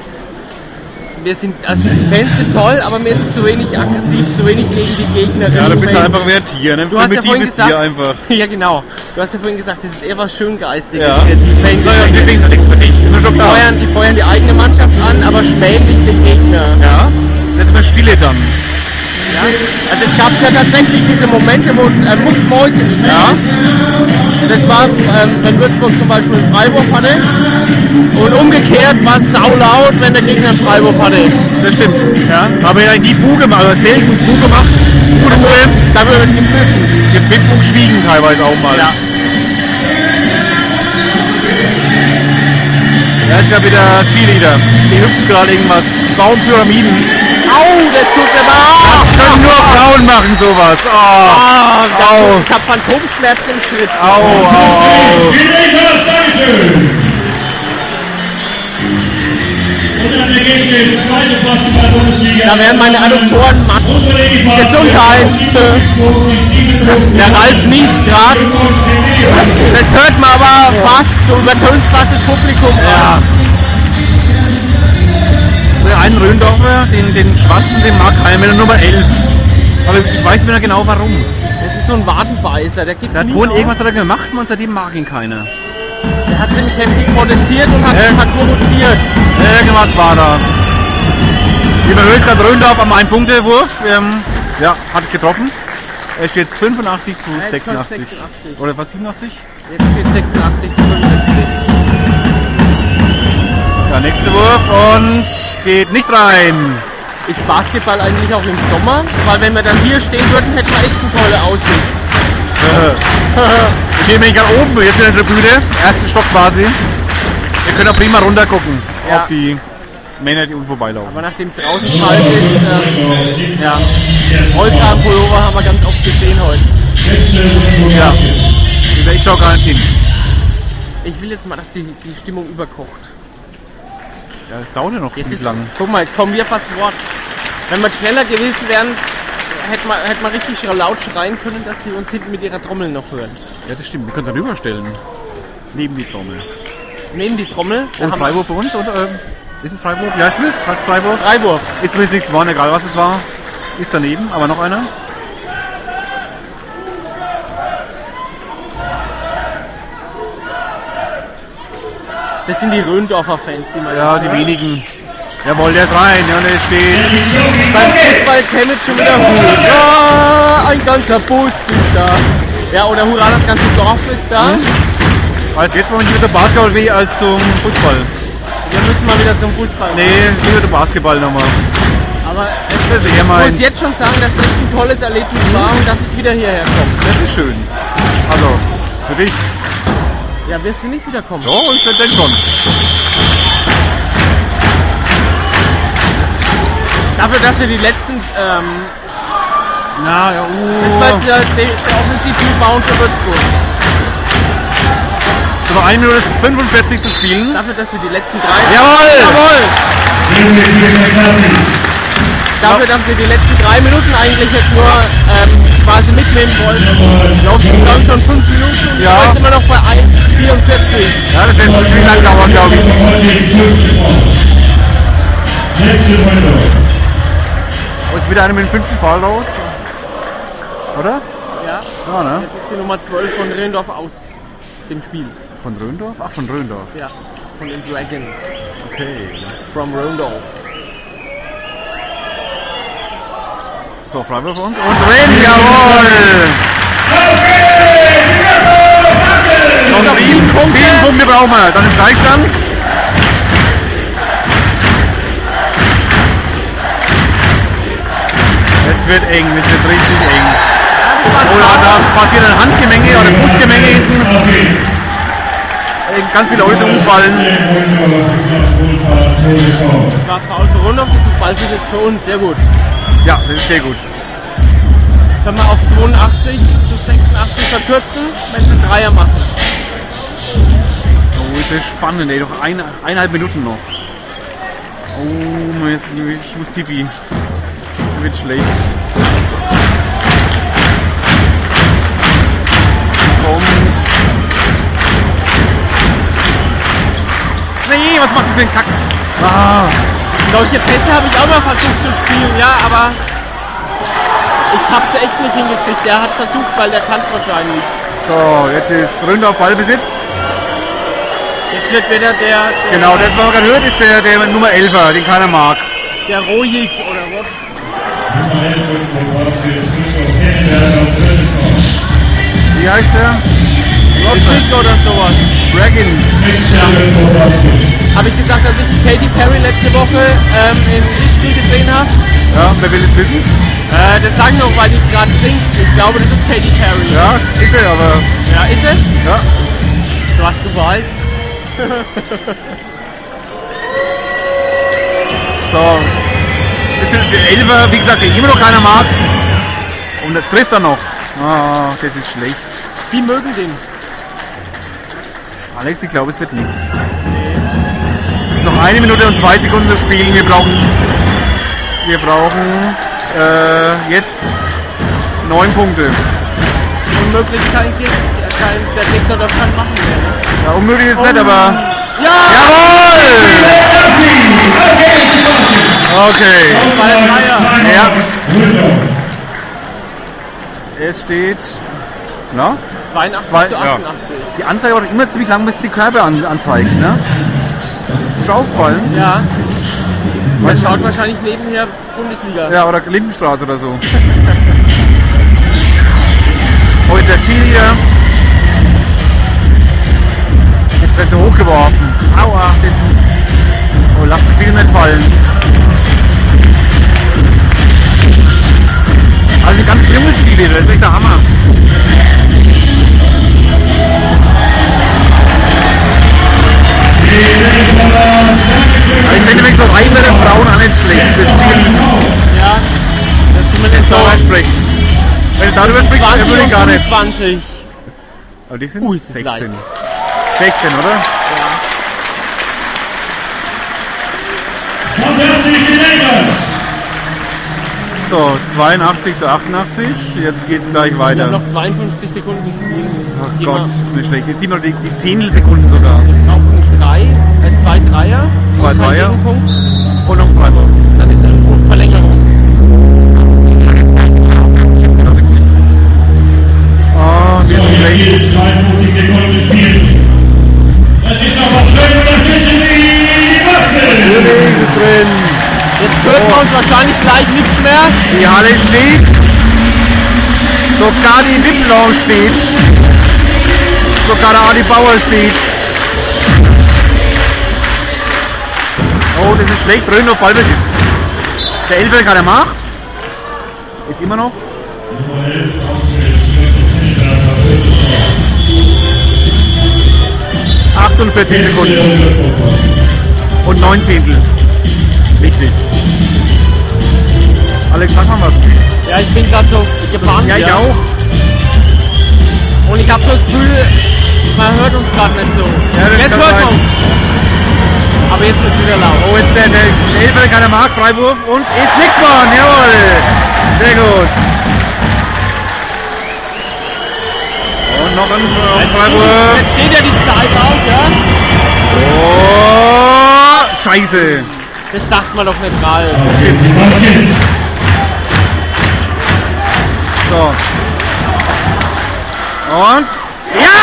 Wir sind, also die Fans sind toll, aber mir ist es zu wenig aggressiv, zu wenig gegen die Gegner. Ja, du bist halt einfach mehr Tier, ne? Du hast ja Primitiv vorhin ist gesagt, Tier einfach. ja genau. Du hast ja vorhin gesagt, das ist eher was Schöngeistiges. Ja. hier, Die Fans So, ja, die, deswegen hat nichts für dich. Immer schon klar. feuern, die feuern die eigene Mannschaft an, aber schmähen nicht den Gegner. Ja. Jetzt mal Stille dann. Ja. Also es gab ja tatsächlich diese Momente, wo äh, Mucksmäuschen spielt. Ja. Das war, ähm, wenn Würzburg zum Beispiel einen Freiwurf hatte. Und umgekehrt war es saulaut, wenn der Gegner einen Freiwurf hatte. Das stimmt. Ja. Aber ja, die Bu gemacht, also selten Bu gemacht. Gute Ruhe. Da wird gepfiffen. Gepfiffen und geschwiegen teilweise auch mal. Ja. Ja, jetzt gab wieder Cheerleader. Die hüpfen gerade irgendwas. Die bauen Pyramiden. Au, das tut mir Das wahr. können nur Frauen machen sowas. Oh. Ah, da- Au. Ich habe Phantomschmerzen im Schritt. Au, au, au. Niklas, Dankeschön. Und dann ergeht der zweite Platz in der Bundesliga. Da wären meine Adoptoren matsch. Gesundheit. Der Ralf niest grad. Das hört man aber fast. Du übertönst fast das Publikum. Ja. Der einen Röndorfer, den, den schwarzen, den mag keiner mit der Nummer 11. Aber ich weiß nicht mehr genau warum. Das ist so ein Wadenbeißer. Der gibt Da hat nie wohl auf. irgendwas hat er gemacht, man seitdem mag ihn keiner. Der hat ziemlich heftig protestiert und hat, Ja. hat provoziert. Äh. Irgendwas war da. Überhöht gerade Röndorf am Ein-Punkte-Wurf. Ähm, ja, hat getroffen. Er steht jetzt 85 zu jetzt 86. 86. Oder was, 87? Jetzt steht 86 zu 75. Der nächste Wurf und geht nicht rein. Ist Basketball eigentlich auch im Sommer? Weil wenn wir dann hier stehen würden, hätten wir echt eine tolle Aussicht. Ich stehe gerade oben, jetzt in der Tribüne, ersten Stock quasi. Ihr könnt auch prima runter gucken Ja. auf die Männer, die unten vorbeilaufen. Aber nachdem es draußen kalt ist, ähm, ja. Holzgarn-Pullover haben wir ganz oft gesehen heute. Ja. Ich schaue gar nicht hin. Ich will jetzt mal, dass die, die Stimmung überkocht. Ja, das dauert ja noch Jetzt ziemlich ist, lang. guck mal, jetzt kommen wir fast zu Wort. Wenn wir schneller gewesen wären, hätte man, hätte man richtig laut schreien können, dass die uns hinten mit ihrer Trommel noch hören. Ja, das stimmt. Wir können es dann überstellen. Neben die Trommel. Nehmen die Trommel. da Und haben wir- Freiwurf für uns? Und, ähm, ist es Freiwurf? Ja, ist es? Was ist Freiwurf? Freiburg. Ist zumindest nichts geworden, egal was es war. Ist daneben, aber noch einer. Das sind die Röndorfer Fans, die man Ja, die wenigen. Jawohl, der ist rein. Ja, und der steht. Beim Fußball kennt schon wieder Hurra, ein ganzer Bus ist da. Ja, oder Hurra, das ganze Dorf ist da. Hm? Weißt du, jetzt war ich lieber zum Basketball weh als zum Fußball. Wir müssen mal wieder zum Fußball. Nee, lieber zum Basketball nochmal. Aber Das ist eher ich mein. muss jetzt schon sagen, dass das ein tolles Erlebnis Hm? war und dass ich wieder hierher komme. Das ist schön. Also, für dich. Ja, wirst du nicht wiederkommen? Oh, ich bin denn schon. Dafür, dass wir die letzten, ähm, Na, ja, das war jetzt uh. ja der, der Offensivrebound für Würzburg. Über 1 Minute 45 zu spielen. Dafür, dass wir die letzten drei, Jawohl! dafür, dass wir die letzten drei Minuten eigentlich jetzt nur ähm, quasi mitnehmen wollten. Laufen wir glaube ich schon fünf Minuten und Ja. ja. sind wir noch bei 1,44. Ja, das wird nicht viel lang dauern, glaube ich. Oh, ist wieder einer mit dem fünften Fall raus. Oder? Ja. Ja, ne? Jetzt ist die Nummer 12 von Rindorf aus dem Spiel. Von Röndorf? Ach, von Röndorf. Ja. Von den Dragons. Okay. From Rindorf. So, Freiwurf für uns. Und drin, jawohl! Noch sieben Punkte. Sieben Punkte brauchen wir. Dann ist Gleichstand. Es wird eng, es wird richtig eng. Oder da passiert ein Handgemenge oder ein Fußgemenge hinten. Äh, Ganz viele Leute umfallen. Das war Foul für Rindorf, das ist Ballbesitz jetzt für uns. Sehr gut. Ja, das ist sehr gut. Jetzt können wir auf 82 zu 86 verkürzen, wenn sie einen Dreier machen. Oh, ist das spannend, ey. Doch eine, eineinhalb Minuten noch. Oh, mir ist- mir- ich muss pipi. Mir Wird schlecht. Kommt. Nee, was macht ihr für einen Kack? Ah, Solche Pässe habe ich auch mal versucht zu spielen, ja, aber ich habe es echt nicht hingekriegt. Der hat versucht, weil der kann es wahrscheinlich. so, jetzt ist Ründer auf Ballbesitz. Jetzt wird wieder der, der, Genau, das, was man gerade hört, ist der, der Nummer 11er, den keiner mag. der Rojik oder Rotsch. Wie heißt der? Rotschik oder sowas. Dragons. Habe ich gesagt, dass ich die Katy Perry letzte Woche ähm, im Lichtspiel gesehen habe? Ja, wer will es wissen? Äh, das sagen noch, weil die gerade singt. Ich glaube, das ist Katy Perry. Ja, ist er, aber Ja, ist es? Ja. Was du weißt. So. Das sind die Elfer, wie gesagt, den immer noch keiner mag. Und das trifft er noch. Ah, das ist schlecht. Die mögen den. Alex, ich glaube, es wird nichts. Es ist noch eine Minute und zwei Sekunden zu spielen. Wir brauchen. Wir brauchen äh, jetzt neun Punkte. Unmöglich kein Kick. äh, Kein, der Gegner das kann machen. ne? Mehr, Ja, unmöglich ist nicht, aber. ne? Ja! Jawohl! Okay. Das war der Dreier. Ja. Es steht. Na? 82 Zwei- zu ja. 88. Die Anzeige dauert immer ziemlich lang, bis die Körbe an, anzeigt, ne? Das ist schon aufgefallen. Ja. Man Weiß schaut wahrscheinlich nebenher Bundesliga. Ja, oder Lindenstraße oder so. Oh, jetzt der Chili hier. Jetzt wird er hochgeworfen. Aua, das ist... Oh, lass die bitte nicht fallen. Also die ganz junge Chili, das ist echt der Hammer. Aber ich finde wenigstens auf einer der Frauen auch nicht schlecht. Das Ziel Ja, das ist zumindest so. darüber sprechen. Wenn du darüber sprichst, dann 20 würde und ich gar nicht. 25. Aber die sind Ui, das ist 16. leicht. 16, oder? Kommt herzlich die Lakers. So, 82 zu 88. Jetzt geht's gleich Wir haben weiter. noch 52 Sekunden spielen. Ach Gehen Oh Gott, wir ist nicht schlecht. Jetzt sieht man die, die Zehntelsekunden sogar. Auf einen 3, äh, zwei Dreier. Zwei und kein Dreier. Gegenpunkt. Und noch zwei Wurf. Dann ist er und Verlängerung. Ah, wie schlecht. 52 Sekunden gespielt. Das ist doch was schön, wenn das jetzt in die Macht ist. Felix ist drin. Jetzt hört man uns wahrscheinlich gleich nichts mehr. Die Halle steht. Sogar die Wippenlounge steht. Sogar der Adi Bauer steht. Oh, das ist schlecht. Brünn auf Ballbesitz. Der Elfer kann er machen. Ist immer noch. Nummer 48 11 ausgewählt, Sekunden und 9 Zehntel. Richtig. Alex, sag mal was. Ja, ich bin gerade so gebannt. Ja, ich auch. Und ich habe so das Gefühl, man hört uns gerade nicht so. das jetzt kann hört sein. man uns. Aber jetzt wird wieder laut. Oh, jetzt der, der Elfer kann er machen. Freiwurf und ist nix geworden. Jawohl. Sehr gut. Und noch ein äh, Freiwurf. Jetzt steht ja die Zeit auf, ja? Oh, scheiße. Das sagt man doch nicht mal. Auf geht's, auf geht's. So. Und? Ja!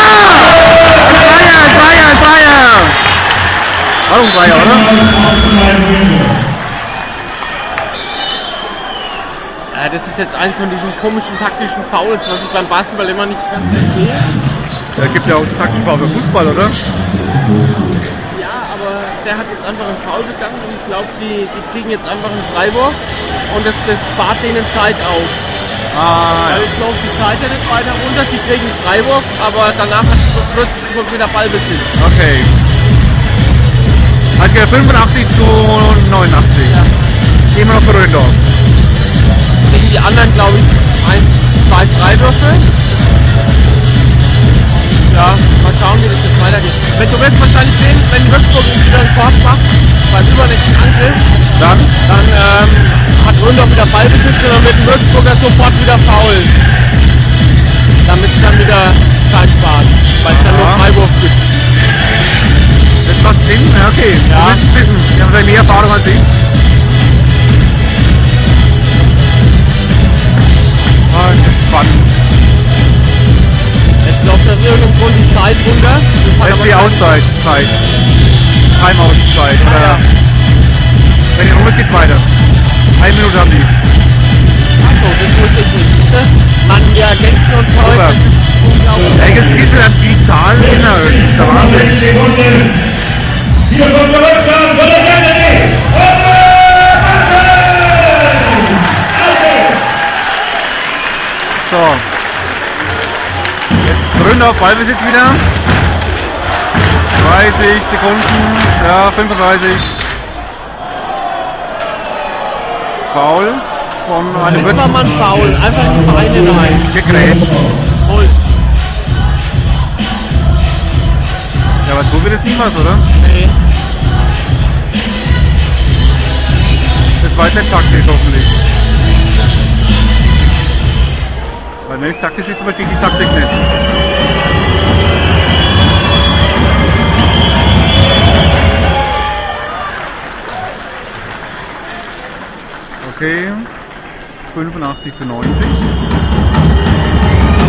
Und Bayern, Bayern, Bayern! Warum Bayern, oder? Ja, Äh, das ist jetzt eins von diesen komischen taktischen Fouls, was ich beim Basketball immer nicht ganz verstehe. Da gibt ja auch Taktikbau für Fußball, oder? Ja, aber der hat jetzt einfach einen Foul begangen und ich glaube, die, die kriegen jetzt einfach einen Freiwurf und das, das spart denen Zeit auf. Ah, Weil ich glaube, die Zeit ja nicht weiter runter, die kriegen einen Freiwurf, aber danach hat Würzburg wieder Ballbesitz. okay. Also 85 zu 89. Immer noch für Röndorf. Jetzt kriegen die anderen, glaube ich, ein, zwei Freiwürfe. Ja, mal schauen, wie das jetzt weitergeht. Wenn du wirst wahrscheinlich sehen, wenn Würzburg wieder einen Korb macht beim übernächsten Angriff, Dann? dann ähm, hat Rundorf wieder Ballbesitz und dann wird ein Würzburger sofort wieder faul. Damit es dann wieder Zeit spart, weil es dann nur Aha. Freiwurf gibt. Das macht Sinn, ja, okay. Du Ja. wirst es wissen. Die haben vielleicht mehr Erfahrung als ich. Ah, das ist spannend. Jetzt läuft aus irgendeinem Grund um die Zeit runter. Das hat Das ist aber die keinen- Auszeit. Zeit. Timeout-Zeit. ja. Ja. Wenn ihr rum ist, geht's weiter. Eine Minute haben die. Ach so, das wusste ich nicht. siehst du? Mann, wir ergänzen uns heute. Super. Das ist unglaublich. Ey, das ist viel zu die Zahlen sind da. Das ist der Wahnsinn. 6 Sekunden. Hier kommt der Rückstand von der Kennedy. Und der So. Jetzt Bründer auf Ballbesitz wieder. 30 Sekunden. Ja, 35. Foul von einem Das war mal ein Foul. Einfach in die Beine rein. gegrätscht. Voll. Ja, aber so wird es niemals, oder? Nee. Das war jetzt nicht taktisch hoffentlich. Weil wenn es taktisch ist, verstehe ich die Taktik nicht. Okay. 85 zu 90.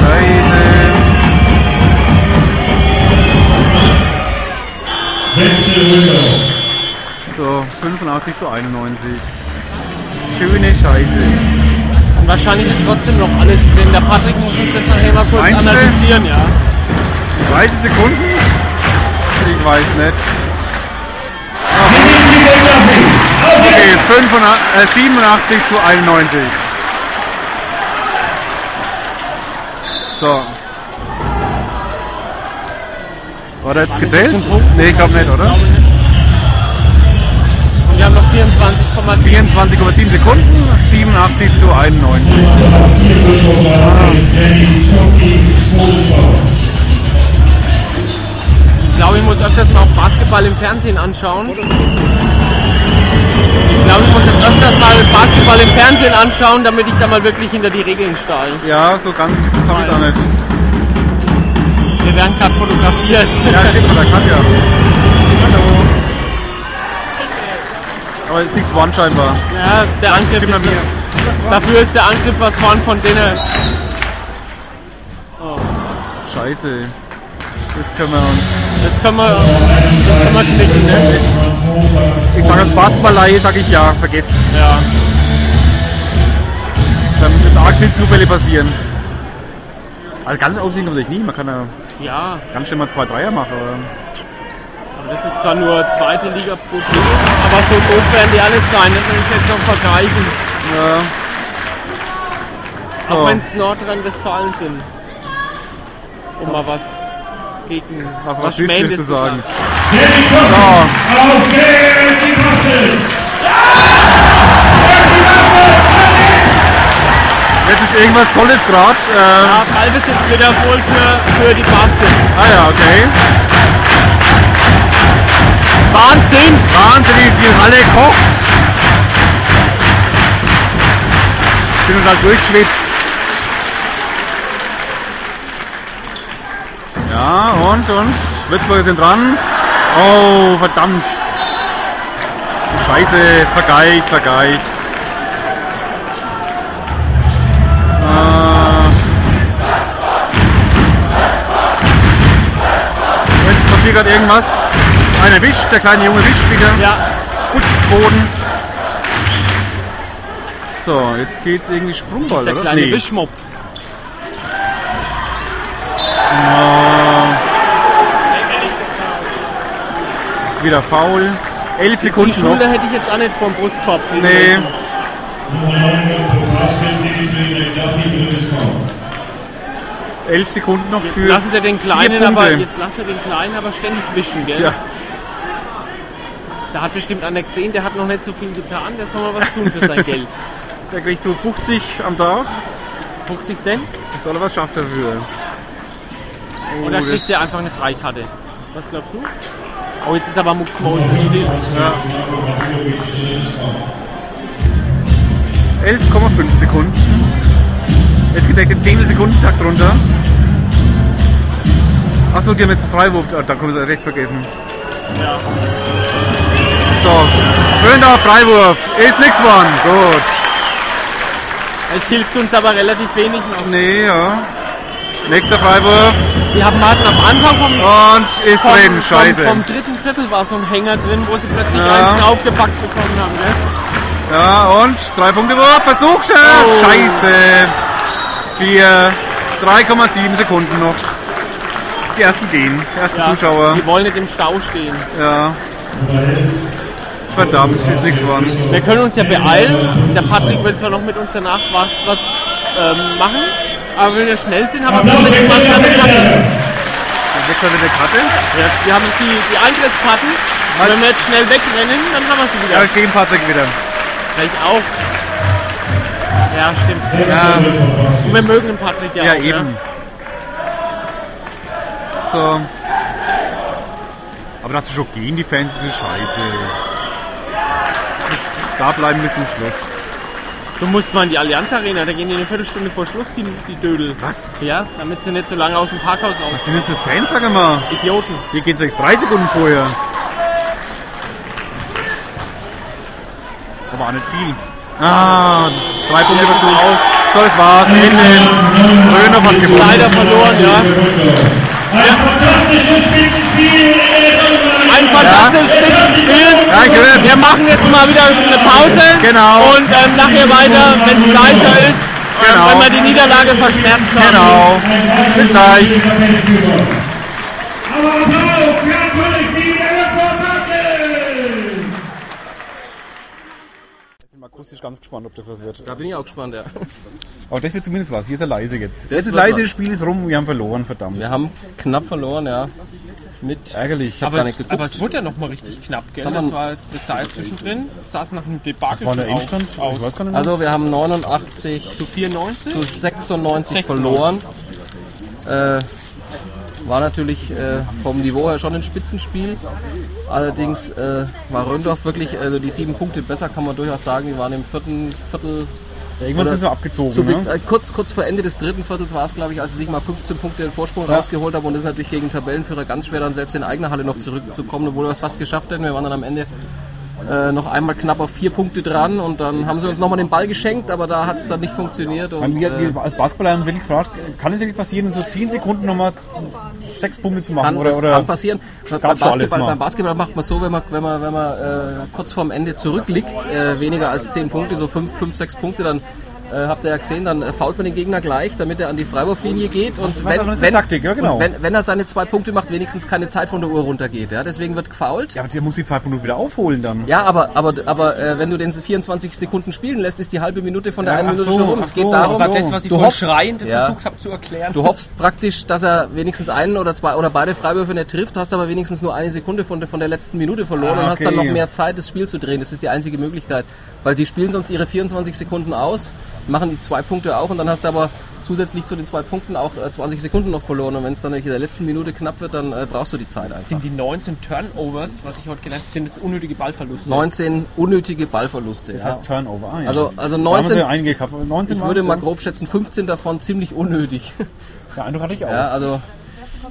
Scheiße. Letzte Runde. So, 85 zu 91. Schöne Scheiße. Und wahrscheinlich ist trotzdem noch alles drin. Der Patrick muss uns das nachher mal kurz Meinst du? analysieren, ja. 30 Sekunden? Ich weiß nicht. Okay, 85, äh, 87 zu 91. So. War da jetzt gezählt? jetzt ein Punkt? Nee, ich glaube nicht, oder? Wir haben noch 24,7. 24,7 Sekunden, 87 zu 91. Ich glaube, ich muss öfters mal auch Basketball im Fernsehen anschauen. Ich glaube, ich muss jetzt öfters mal Basketball im Fernsehen anschauen, damit ich da mal wirklich hinter die Regeln stahl. Ja, so ganz kann ich da nicht. Wir werden gerade fotografiert. Ja, stimmt, da kann ja. Hallo. Aber ist nichts One scheinbar. Ja, der Angriff. Stimmt an mir. Dafür ist der Angriff was vorn von denen. Scheiße. Das können wir uns. Das können wir, das können wir knicken, ne? Ich sage als Basketballerei, sage ich ja, vergesst es. Ja. Da müssen jetzt arg viele Zufälle passieren. Also ganz aussehen kann man sich nie, man kann ja Ja, ganz schnell mal zwei Dreier machen. Aber aber das ist zwar nur zweite Liga pro Spiel, aber so doof werden die alle sein, das will ich jetzt noch vergleichen. Ja. Auch So, wenn es Nordrhein-Westfalen sind. Um mal was gegen was Rassistisches zu sagen. Auf geht's, die Kostet! Jetzt ist irgendwas Tolles gerade. Äh, Ja, halb ist jetzt wieder wohl für, für die Baskets. ah ja, okay. Wahnsinn! Wahnsinnig, die Halle kocht. Bin total durchgeschwitzt. Ja, und, und? Würzburger sind dran. Oh, verdammt. Scheiße, vergeigt, vergeigt. Äh, jetzt passiert gerade irgendwas. Einer wischt, der kleine Junge wischt wieder. Ja, Putzboden. So, jetzt geht's irgendwie Sprungball, das ist der oder? kleine Nee. Wischmopp. Wieder faul. Elf Die Sekunden noch. Schulter hätte ich jetzt auch nicht vom Brustkorb. kriegen Nee, müssen. elf Sekunden noch für. Lassen Sie den Kleinen vier Punkte. aber, jetzt lassen Sie den Kleinen aber ständig wischen, gell? Tja, Da hat bestimmt einer gesehen, der hat noch nicht so viel getan, der soll mal was tun für sein Geld. der kriegt so 50 am Tag. 50 Cent? Das soll er was schafft dafür. Oh, Oder das- kriegt er einfach eine Freikarte? Was glaubst du? Oh, jetzt ist aber Mucks Moses still. Ja. 11,5 Sekunden. Jetzt geht der 10 Sekunden Takt runter. Achso, die haben jetzt einen Freiwurf. Ah, da können wir es recht vergessen. Ja. So, schöner Freiwurf. Ist nix geworden. Gut. Es hilft uns aber relativ wenig noch. ne? Nee, ja. Nächster Freiwurf. Wir haben hatten am Anfang vom, Und ist vom, drin. Scheiße. vom, vom dritten Viertel war so ein Hänger drin, wo sie plötzlich Ja. eins draufgepackt bekommen haben. Ne? Ja, und drei Punkte Wurf, versucht er. Oh. Scheiße. Vier, 3,7 Sekunden noch. Die ersten gehen, die ersten Zuschauer. Die wollen nicht im Stau stehen. Ja. Verdammt, ist nichts geworden. Wir können uns ja beeilen. Der Patrick will zwar noch mit uns danach was, was ähm, machen, aber wenn wir schnell sind, haben wir das letzte Mal wieder eine Karte. Jetzt hat er eine Karte. Wir haben die, die Angriffskarten. Was? Und wenn wir jetzt schnell wegrennen, dann haben wir sie wieder. Ja, gegen Patrick wieder. Vielleicht auch. Ja, stimmt. Und wir mögen den Patrick ja, Ja, auch. ne? eben. So. Aber dass sie schon gehen, die Fans, ist eine scheiße. Muss Da bleiben bis zum Schluss. Du musst mal in die Allianz Arena, da gehen die eine Viertelstunde vor Schluss, die, die Dödel. Was? Ja, damit sie nicht so lange aus dem Parkhaus Was aus. sind das für Fans, sag mal? Idioten. Hier geht's jetzt drei Sekunden vorher. Aber auch nicht viel. Ah, drei Punkte dazu. So, das war's. Ende. Röner hat Leider gewonnen. verloren, ja. Ein fantastisches Spitzenspiel in der Sonne. Ein fantastisches Spitzenspiel. Ja, ich höre es. Wir machen jetzt mal wieder eine Pause. Genau. Und ähm, nachher weiter, wenn es leiser ist. Genau. Genau. Wenn wir die Niederlage verschmerzt haben. Genau. Bis gleich. Aber Applaus für Kollektiv Elfenbachtel! akustisch ganz gespannt, ob das was wird. Da bin ich auch gespannt, ja. Aber das wird zumindest was. Hier ist er leise jetzt. Das ist wird leise, was. das Spiel ist rum, wir haben verloren, verdammt. Wir haben knapp verloren, ja. Mit. Ärgerlich. hab gar Aber nicht es, geguckt. aber es wurde ja nochmal richtig knapp, gell? Sag mal- Das, war, das sah ja zwischendrin, saß nach einem Debakel Das war der schon auf- Endstand, ich aus. weiß gar nicht mehr. Also wir haben 89 Zu 94? zu 96 verloren. Äh, war natürlich äh, vom Niveau her schon ein Spitzenspiel. Allerdings äh, war Röndorf wirklich, also die sieben Punkte besser kann man durchaus sagen. Die waren im vierten Viertel Ja, irgendwann Oder sind sie abgezogen. Zu, ne? äh, kurz, kurz vor Ende des dritten Viertels war es, glaube ich, als sie sich mal 15 Punkte in Vorsprung rausgeholt haben und es ist natürlich gegen Tabellenführer ganz schwer, dann selbst in eigener Halle noch zurückzukommen, obwohl wir es fast geschafft hätten. Wir waren dann am Ende äh, noch einmal knapp auf vier Punkte dran und dann haben sie uns nochmal den Ball geschenkt, aber da hat es dann nicht funktioniert. Weil Und, mir, äh, mir als Basketballer haben wirklich gefragt, kann es wirklich passieren, in so 10 Sekunden nochmal 6 Punkte zu machen? kann, oder, das oder kann passieren. Beim schon alles Basketball, mal. beim Basketball macht man so, wenn man, wenn man, wenn man äh, kurz vorm Ende zurückliegt, äh, weniger als 10 Punkte, so 5, 5 6 Punkte, dann äh, habt ihr ja gesehen, dann äh, fault man den Gegner gleich, damit er an die Freiwurflinie geht. Und was auch wenn, immer das für wenn, Taktik, ja, genau. und wenn, wenn er seine zwei Punkte macht, wenigstens keine Zeit von der Uhr runtergeht. Ja? Deswegen wird gefault. Ja. ja, aber der muss die 2 Punkte wieder aufholen dann. aber, aber, aber äh, wenn du den 24 Sekunden spielen lässt, ist die halbe Minute von der Ja, einen ach Minute so, schon rum. ach Es geht so, Das darum, war das, was ich du vorhin hoffst- schreiend Ja. versucht habe zu erklären. Du hoffst praktisch, dass er wenigstens einen oder zwei oder beide Freiwürfe nicht trifft, hast aber wenigstens nur eine Sekunde von, der- von der letzten Minute verloren Ah, und hast okay. dann noch mehr Zeit, das Spiel zu drehen. Das ist die einzige Möglichkeit. Weil sie spielen sonst ihre 24 Sekunden aus, machen die zwei Punkte auch und dann hast du aber zusätzlich zu den zwei Punkten auch äh, 20 Sekunden noch verloren. Und wenn es dann in der letzten Minute knapp wird, dann äh, brauchst du die Zeit einfach. sind die 19 Turnovers, was ich heute gelernt habe, sind das unnötige Ballverluste. 19 unnötige Ballverluste. Das ja. heißt Turnover. Ah, ja. Also- also Da haben 19 sie einige gehabt. 19 ich würde waren's, mal ja. grob schätzen, 15 davon ziemlich unnötig. Ja, Eindruck hatte ich auch. Ja, also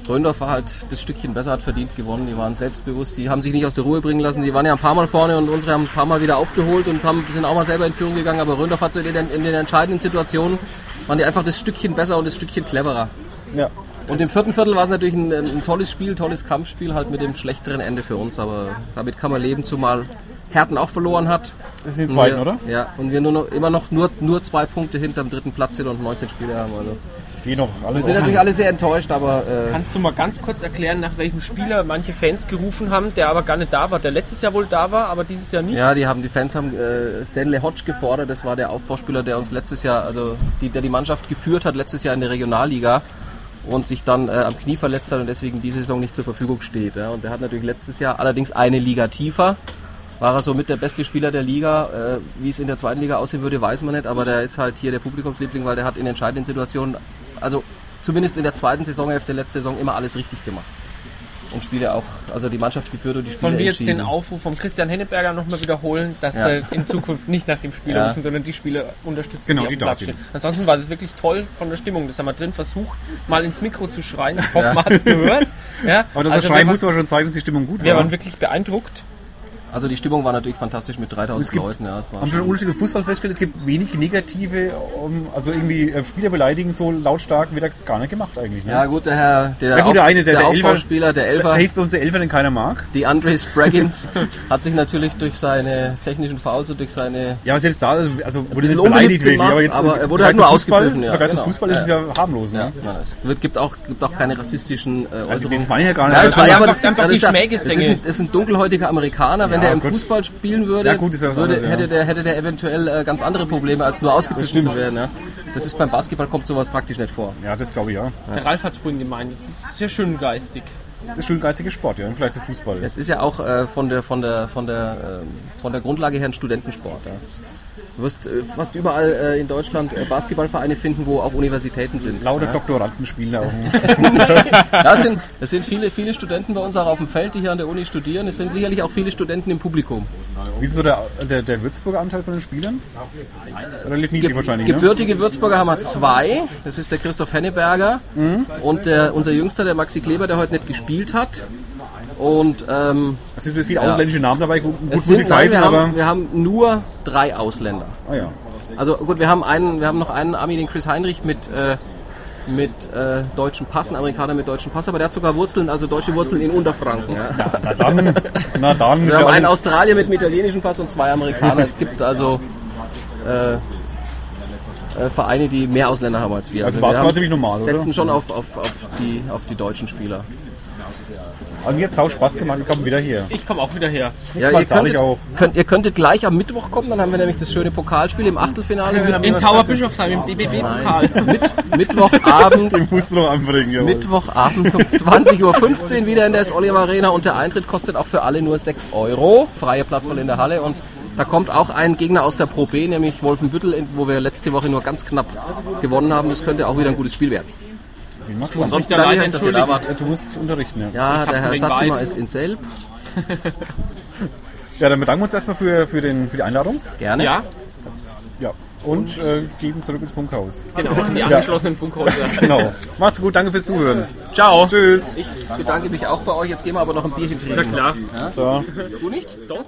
Röndorf war halt das Stückchen besser, hat verdient gewonnen. Die waren selbstbewusst, die haben sich nicht aus der Ruhe bringen lassen. Die waren ja ein paar Mal vorne und unsere haben ein paar Mal wieder aufgeholt und haben, sind auch mal selber in Führung gegangen. Aber Röndorf hat so in den, in den entscheidenden Situationen, waren die einfach das Stückchen besser und das Stückchen cleverer. Ja. Und im vierten Viertel war es natürlich ein, ein tolles Spiel, tolles Kampfspiel, halt mit dem schlechteren Ende für uns. Aber damit kann man leben, zumal Herten auch verloren hat. Das sind die Und zweiten, wir, oder? Ja, und wir nur noch, immer noch nur, nur zwei Punkte hinterm dritten Platz sind und 19 Spiele haben. Also. Geh noch. Alles Wir sind offen. natürlich alle sehr enttäuscht, aber... Äh, Kannst du mal ganz kurz erklären, nach welchem Spieler manche Fans gerufen haben, der aber gar nicht da war, der letztes Jahr wohl da war, aber dieses Jahr nicht? Ja, die haben die Fans haben äh, Stanley Hodge gefordert. Das war der Aufbauspieler, der uns letztes Jahr, also die, der die Mannschaft geführt hat letztes Jahr in der Regionalliga und sich dann äh, am Knie verletzt hat und deswegen diese Saison nicht zur Verfügung steht. Ja. Und der hat natürlich letztes Jahr allerdings eine Liga tiefer. War er somit der beste Spieler der Liga. Äh, wie es in der zweiten Liga aussehen würde, weiß man nicht. Aber der ist halt hier der Publikumsliebling, weil der hat in entscheidenden Situationen, also zumindest in der zweiten Saisonhälfte letzte Saison immer alles richtig gemacht. Und Spiele auch, also die Mannschaft geführt und die Spiele Sollen wir jetzt entschieden. den Aufruf von Christian Henneberger nochmal wiederholen, dass Ja. er in Zukunft nicht nach dem Spieler Ja. rufen, sondern die Spieler unterstützen, Genau, auf die dem da Platz sind. stehen. Ansonsten war das wirklich toll von der Stimmung. Das haben wir drin versucht, mal ins Mikro zu schreien. Ich hoffe, man hat es gehört. Ja, Aber das also Schreien wir muss aber schon zeigen, dass die Stimmung gut waren, wir war. waren wirklich beeindruckt. Also die Stimmung war natürlich fantastisch mit Es 3000 gibt- Leuten. Ja, es war Haben schon schon- Unterschied im Fußball festgestellt, es gibt wenig negative, ähm, also irgendwie äh, Spieler beleidigen so lautstark wird da gar nicht gemacht eigentlich. Ne? ja gut, der Herr, der, Ja, gut, der Auf- eine, der- der Elfer- Aufbauspieler, der Da Elfer, hilft bei uns der Elfer, den keiner mag. die Andres Braggins, hat sich natürlich durch seine technischen Fouls und durch seine... Ja, aber selbst da, also, also wurde bisschen nicht beleidigt unbeliebt wegen, gemacht, aber er wurde halt Vergleich nur zum Fußball, ausgepfiffen, ja, Vergleich zum genau. Fußball ist es ja harmlos. Ja, Ne? nein, es wird, gibt, auch, gibt auch keine rassistischen äh, Also, Äußerungen. das meine ich ja gar nicht. Ja, es Also, war ja aber einfach- das, einfach das, die ist, ja, das, Schmähgesänge. ist ein, das ist ein dunkelhäutiger Amerikaner. Wenn Ja, der im gut. Fußball spielen würde, Ja, gut, das wäre was würde anderes, ja. hätte, der, hätte der eventuell äh, ganz andere Probleme, als nur ausgepfiffen zu werden. Ja. Das ist beim Basketball kommt sowas praktisch nicht vor. ja, das glaube ich ja. Der Ralf hat es vorhin gemeint. Das ist sehr schön geistig. Das ist schon ein geistiger Sport, ja, im Vergleich zum Fußball. Es ist ja auch äh, von, der, von, der, von, der, ähm, von der Grundlage her ein Studentensport. Ja. Du wirst äh, fast überall äh, in Deutschland äh, Basketballvereine finden, wo auch Universitäten sind. Lauter Doktoranden spielen da auch. Ja, es sind, es sind viele, viele Studenten bei uns auch auf dem Feld, die hier an der Uni studieren. Es sind sicherlich auch viele Studenten im Publikum. Wie ist so der, der, der Würzburger Anteil von den Spielern? Relativ niedrig wahrscheinlich, ne? Gebürtige Würzburger haben wir zwei. Das ist der Christoph Henneberger Mhm. und der, unser Jüngster, der Maxi Kleber, der heute nicht gespielt hat. Und ähm, Es sind viele ausländische Namen dabei, gut, gut muss es sind, ich nein, heißen, wir, haben, aber... wir haben nur drei Ausländer. Ah ja. Also gut, wir haben einen, wir haben noch einen Ami, den Chris Heinrich mit äh, mit äh, deutschen Passen, Amerikaner mit deutschen Pass, aber der hat sogar Wurzeln, also deutsche Wurzeln in Unterfranken. Ja. Na dann, na dann. ist Wir ja haben einen alles- Australier mit einem italienischen Pass und zwei Amerikaner. Es gibt also äh, äh, Vereine, die mehr Ausländer haben als wir. Also wir Basketball haben, ziemlich normal, oder? setzen schon auf, auf, auf, die, auf die deutschen Spieler. Und jetzt hat Spaß gemacht, wir kommen wieder hier. Ich komme auch wieder her. Ja, Mal ihr, zahl ich könntet, auch. könnt, ihr könntet gleich am Mittwoch kommen, dann haben wir nämlich das schöne Pokalspiel im Achtelfinale. Mit, In Tower Bischofsheim, im DBB-Pokal. mit, Mittwochabend, Ich muss noch anbringen, ja. Mittwochabend um 20.15 Uhr wieder in der Oliver Arena und der Eintritt kostet auch für alle nur 6 Euro. Freie Platzwahl in der Halle und da kommt auch ein Gegner aus der Pro B, nämlich Wolfenbüttel, in- wo wir letzte Woche nur ganz knapp gewonnen haben. Das könnte auch wieder ein gutes Spiel werden. Ich mach Spaß. Ansonsten mich da danke, leider dass ihr da wart. Ja, Du musst unterrichten, ja. Ja, Ich der hab's Herr wegen Satzima Weid. ist in Selb. Ja, dann bedanken wir uns erstmal für, für, den, für die Einladung. Gerne. Ja, Ja. Und äh, geben zurück ins Funkhaus. genau. Die angeschlossenen Funkhäuser. Genau. Macht's gut, danke fürs Zuhören. Ciao. Tschüss. Ich bedanke mich auch bei euch. Jetzt gehen wir aber noch ein Bierchen trinken. Klar. So. Du nicht? Doch.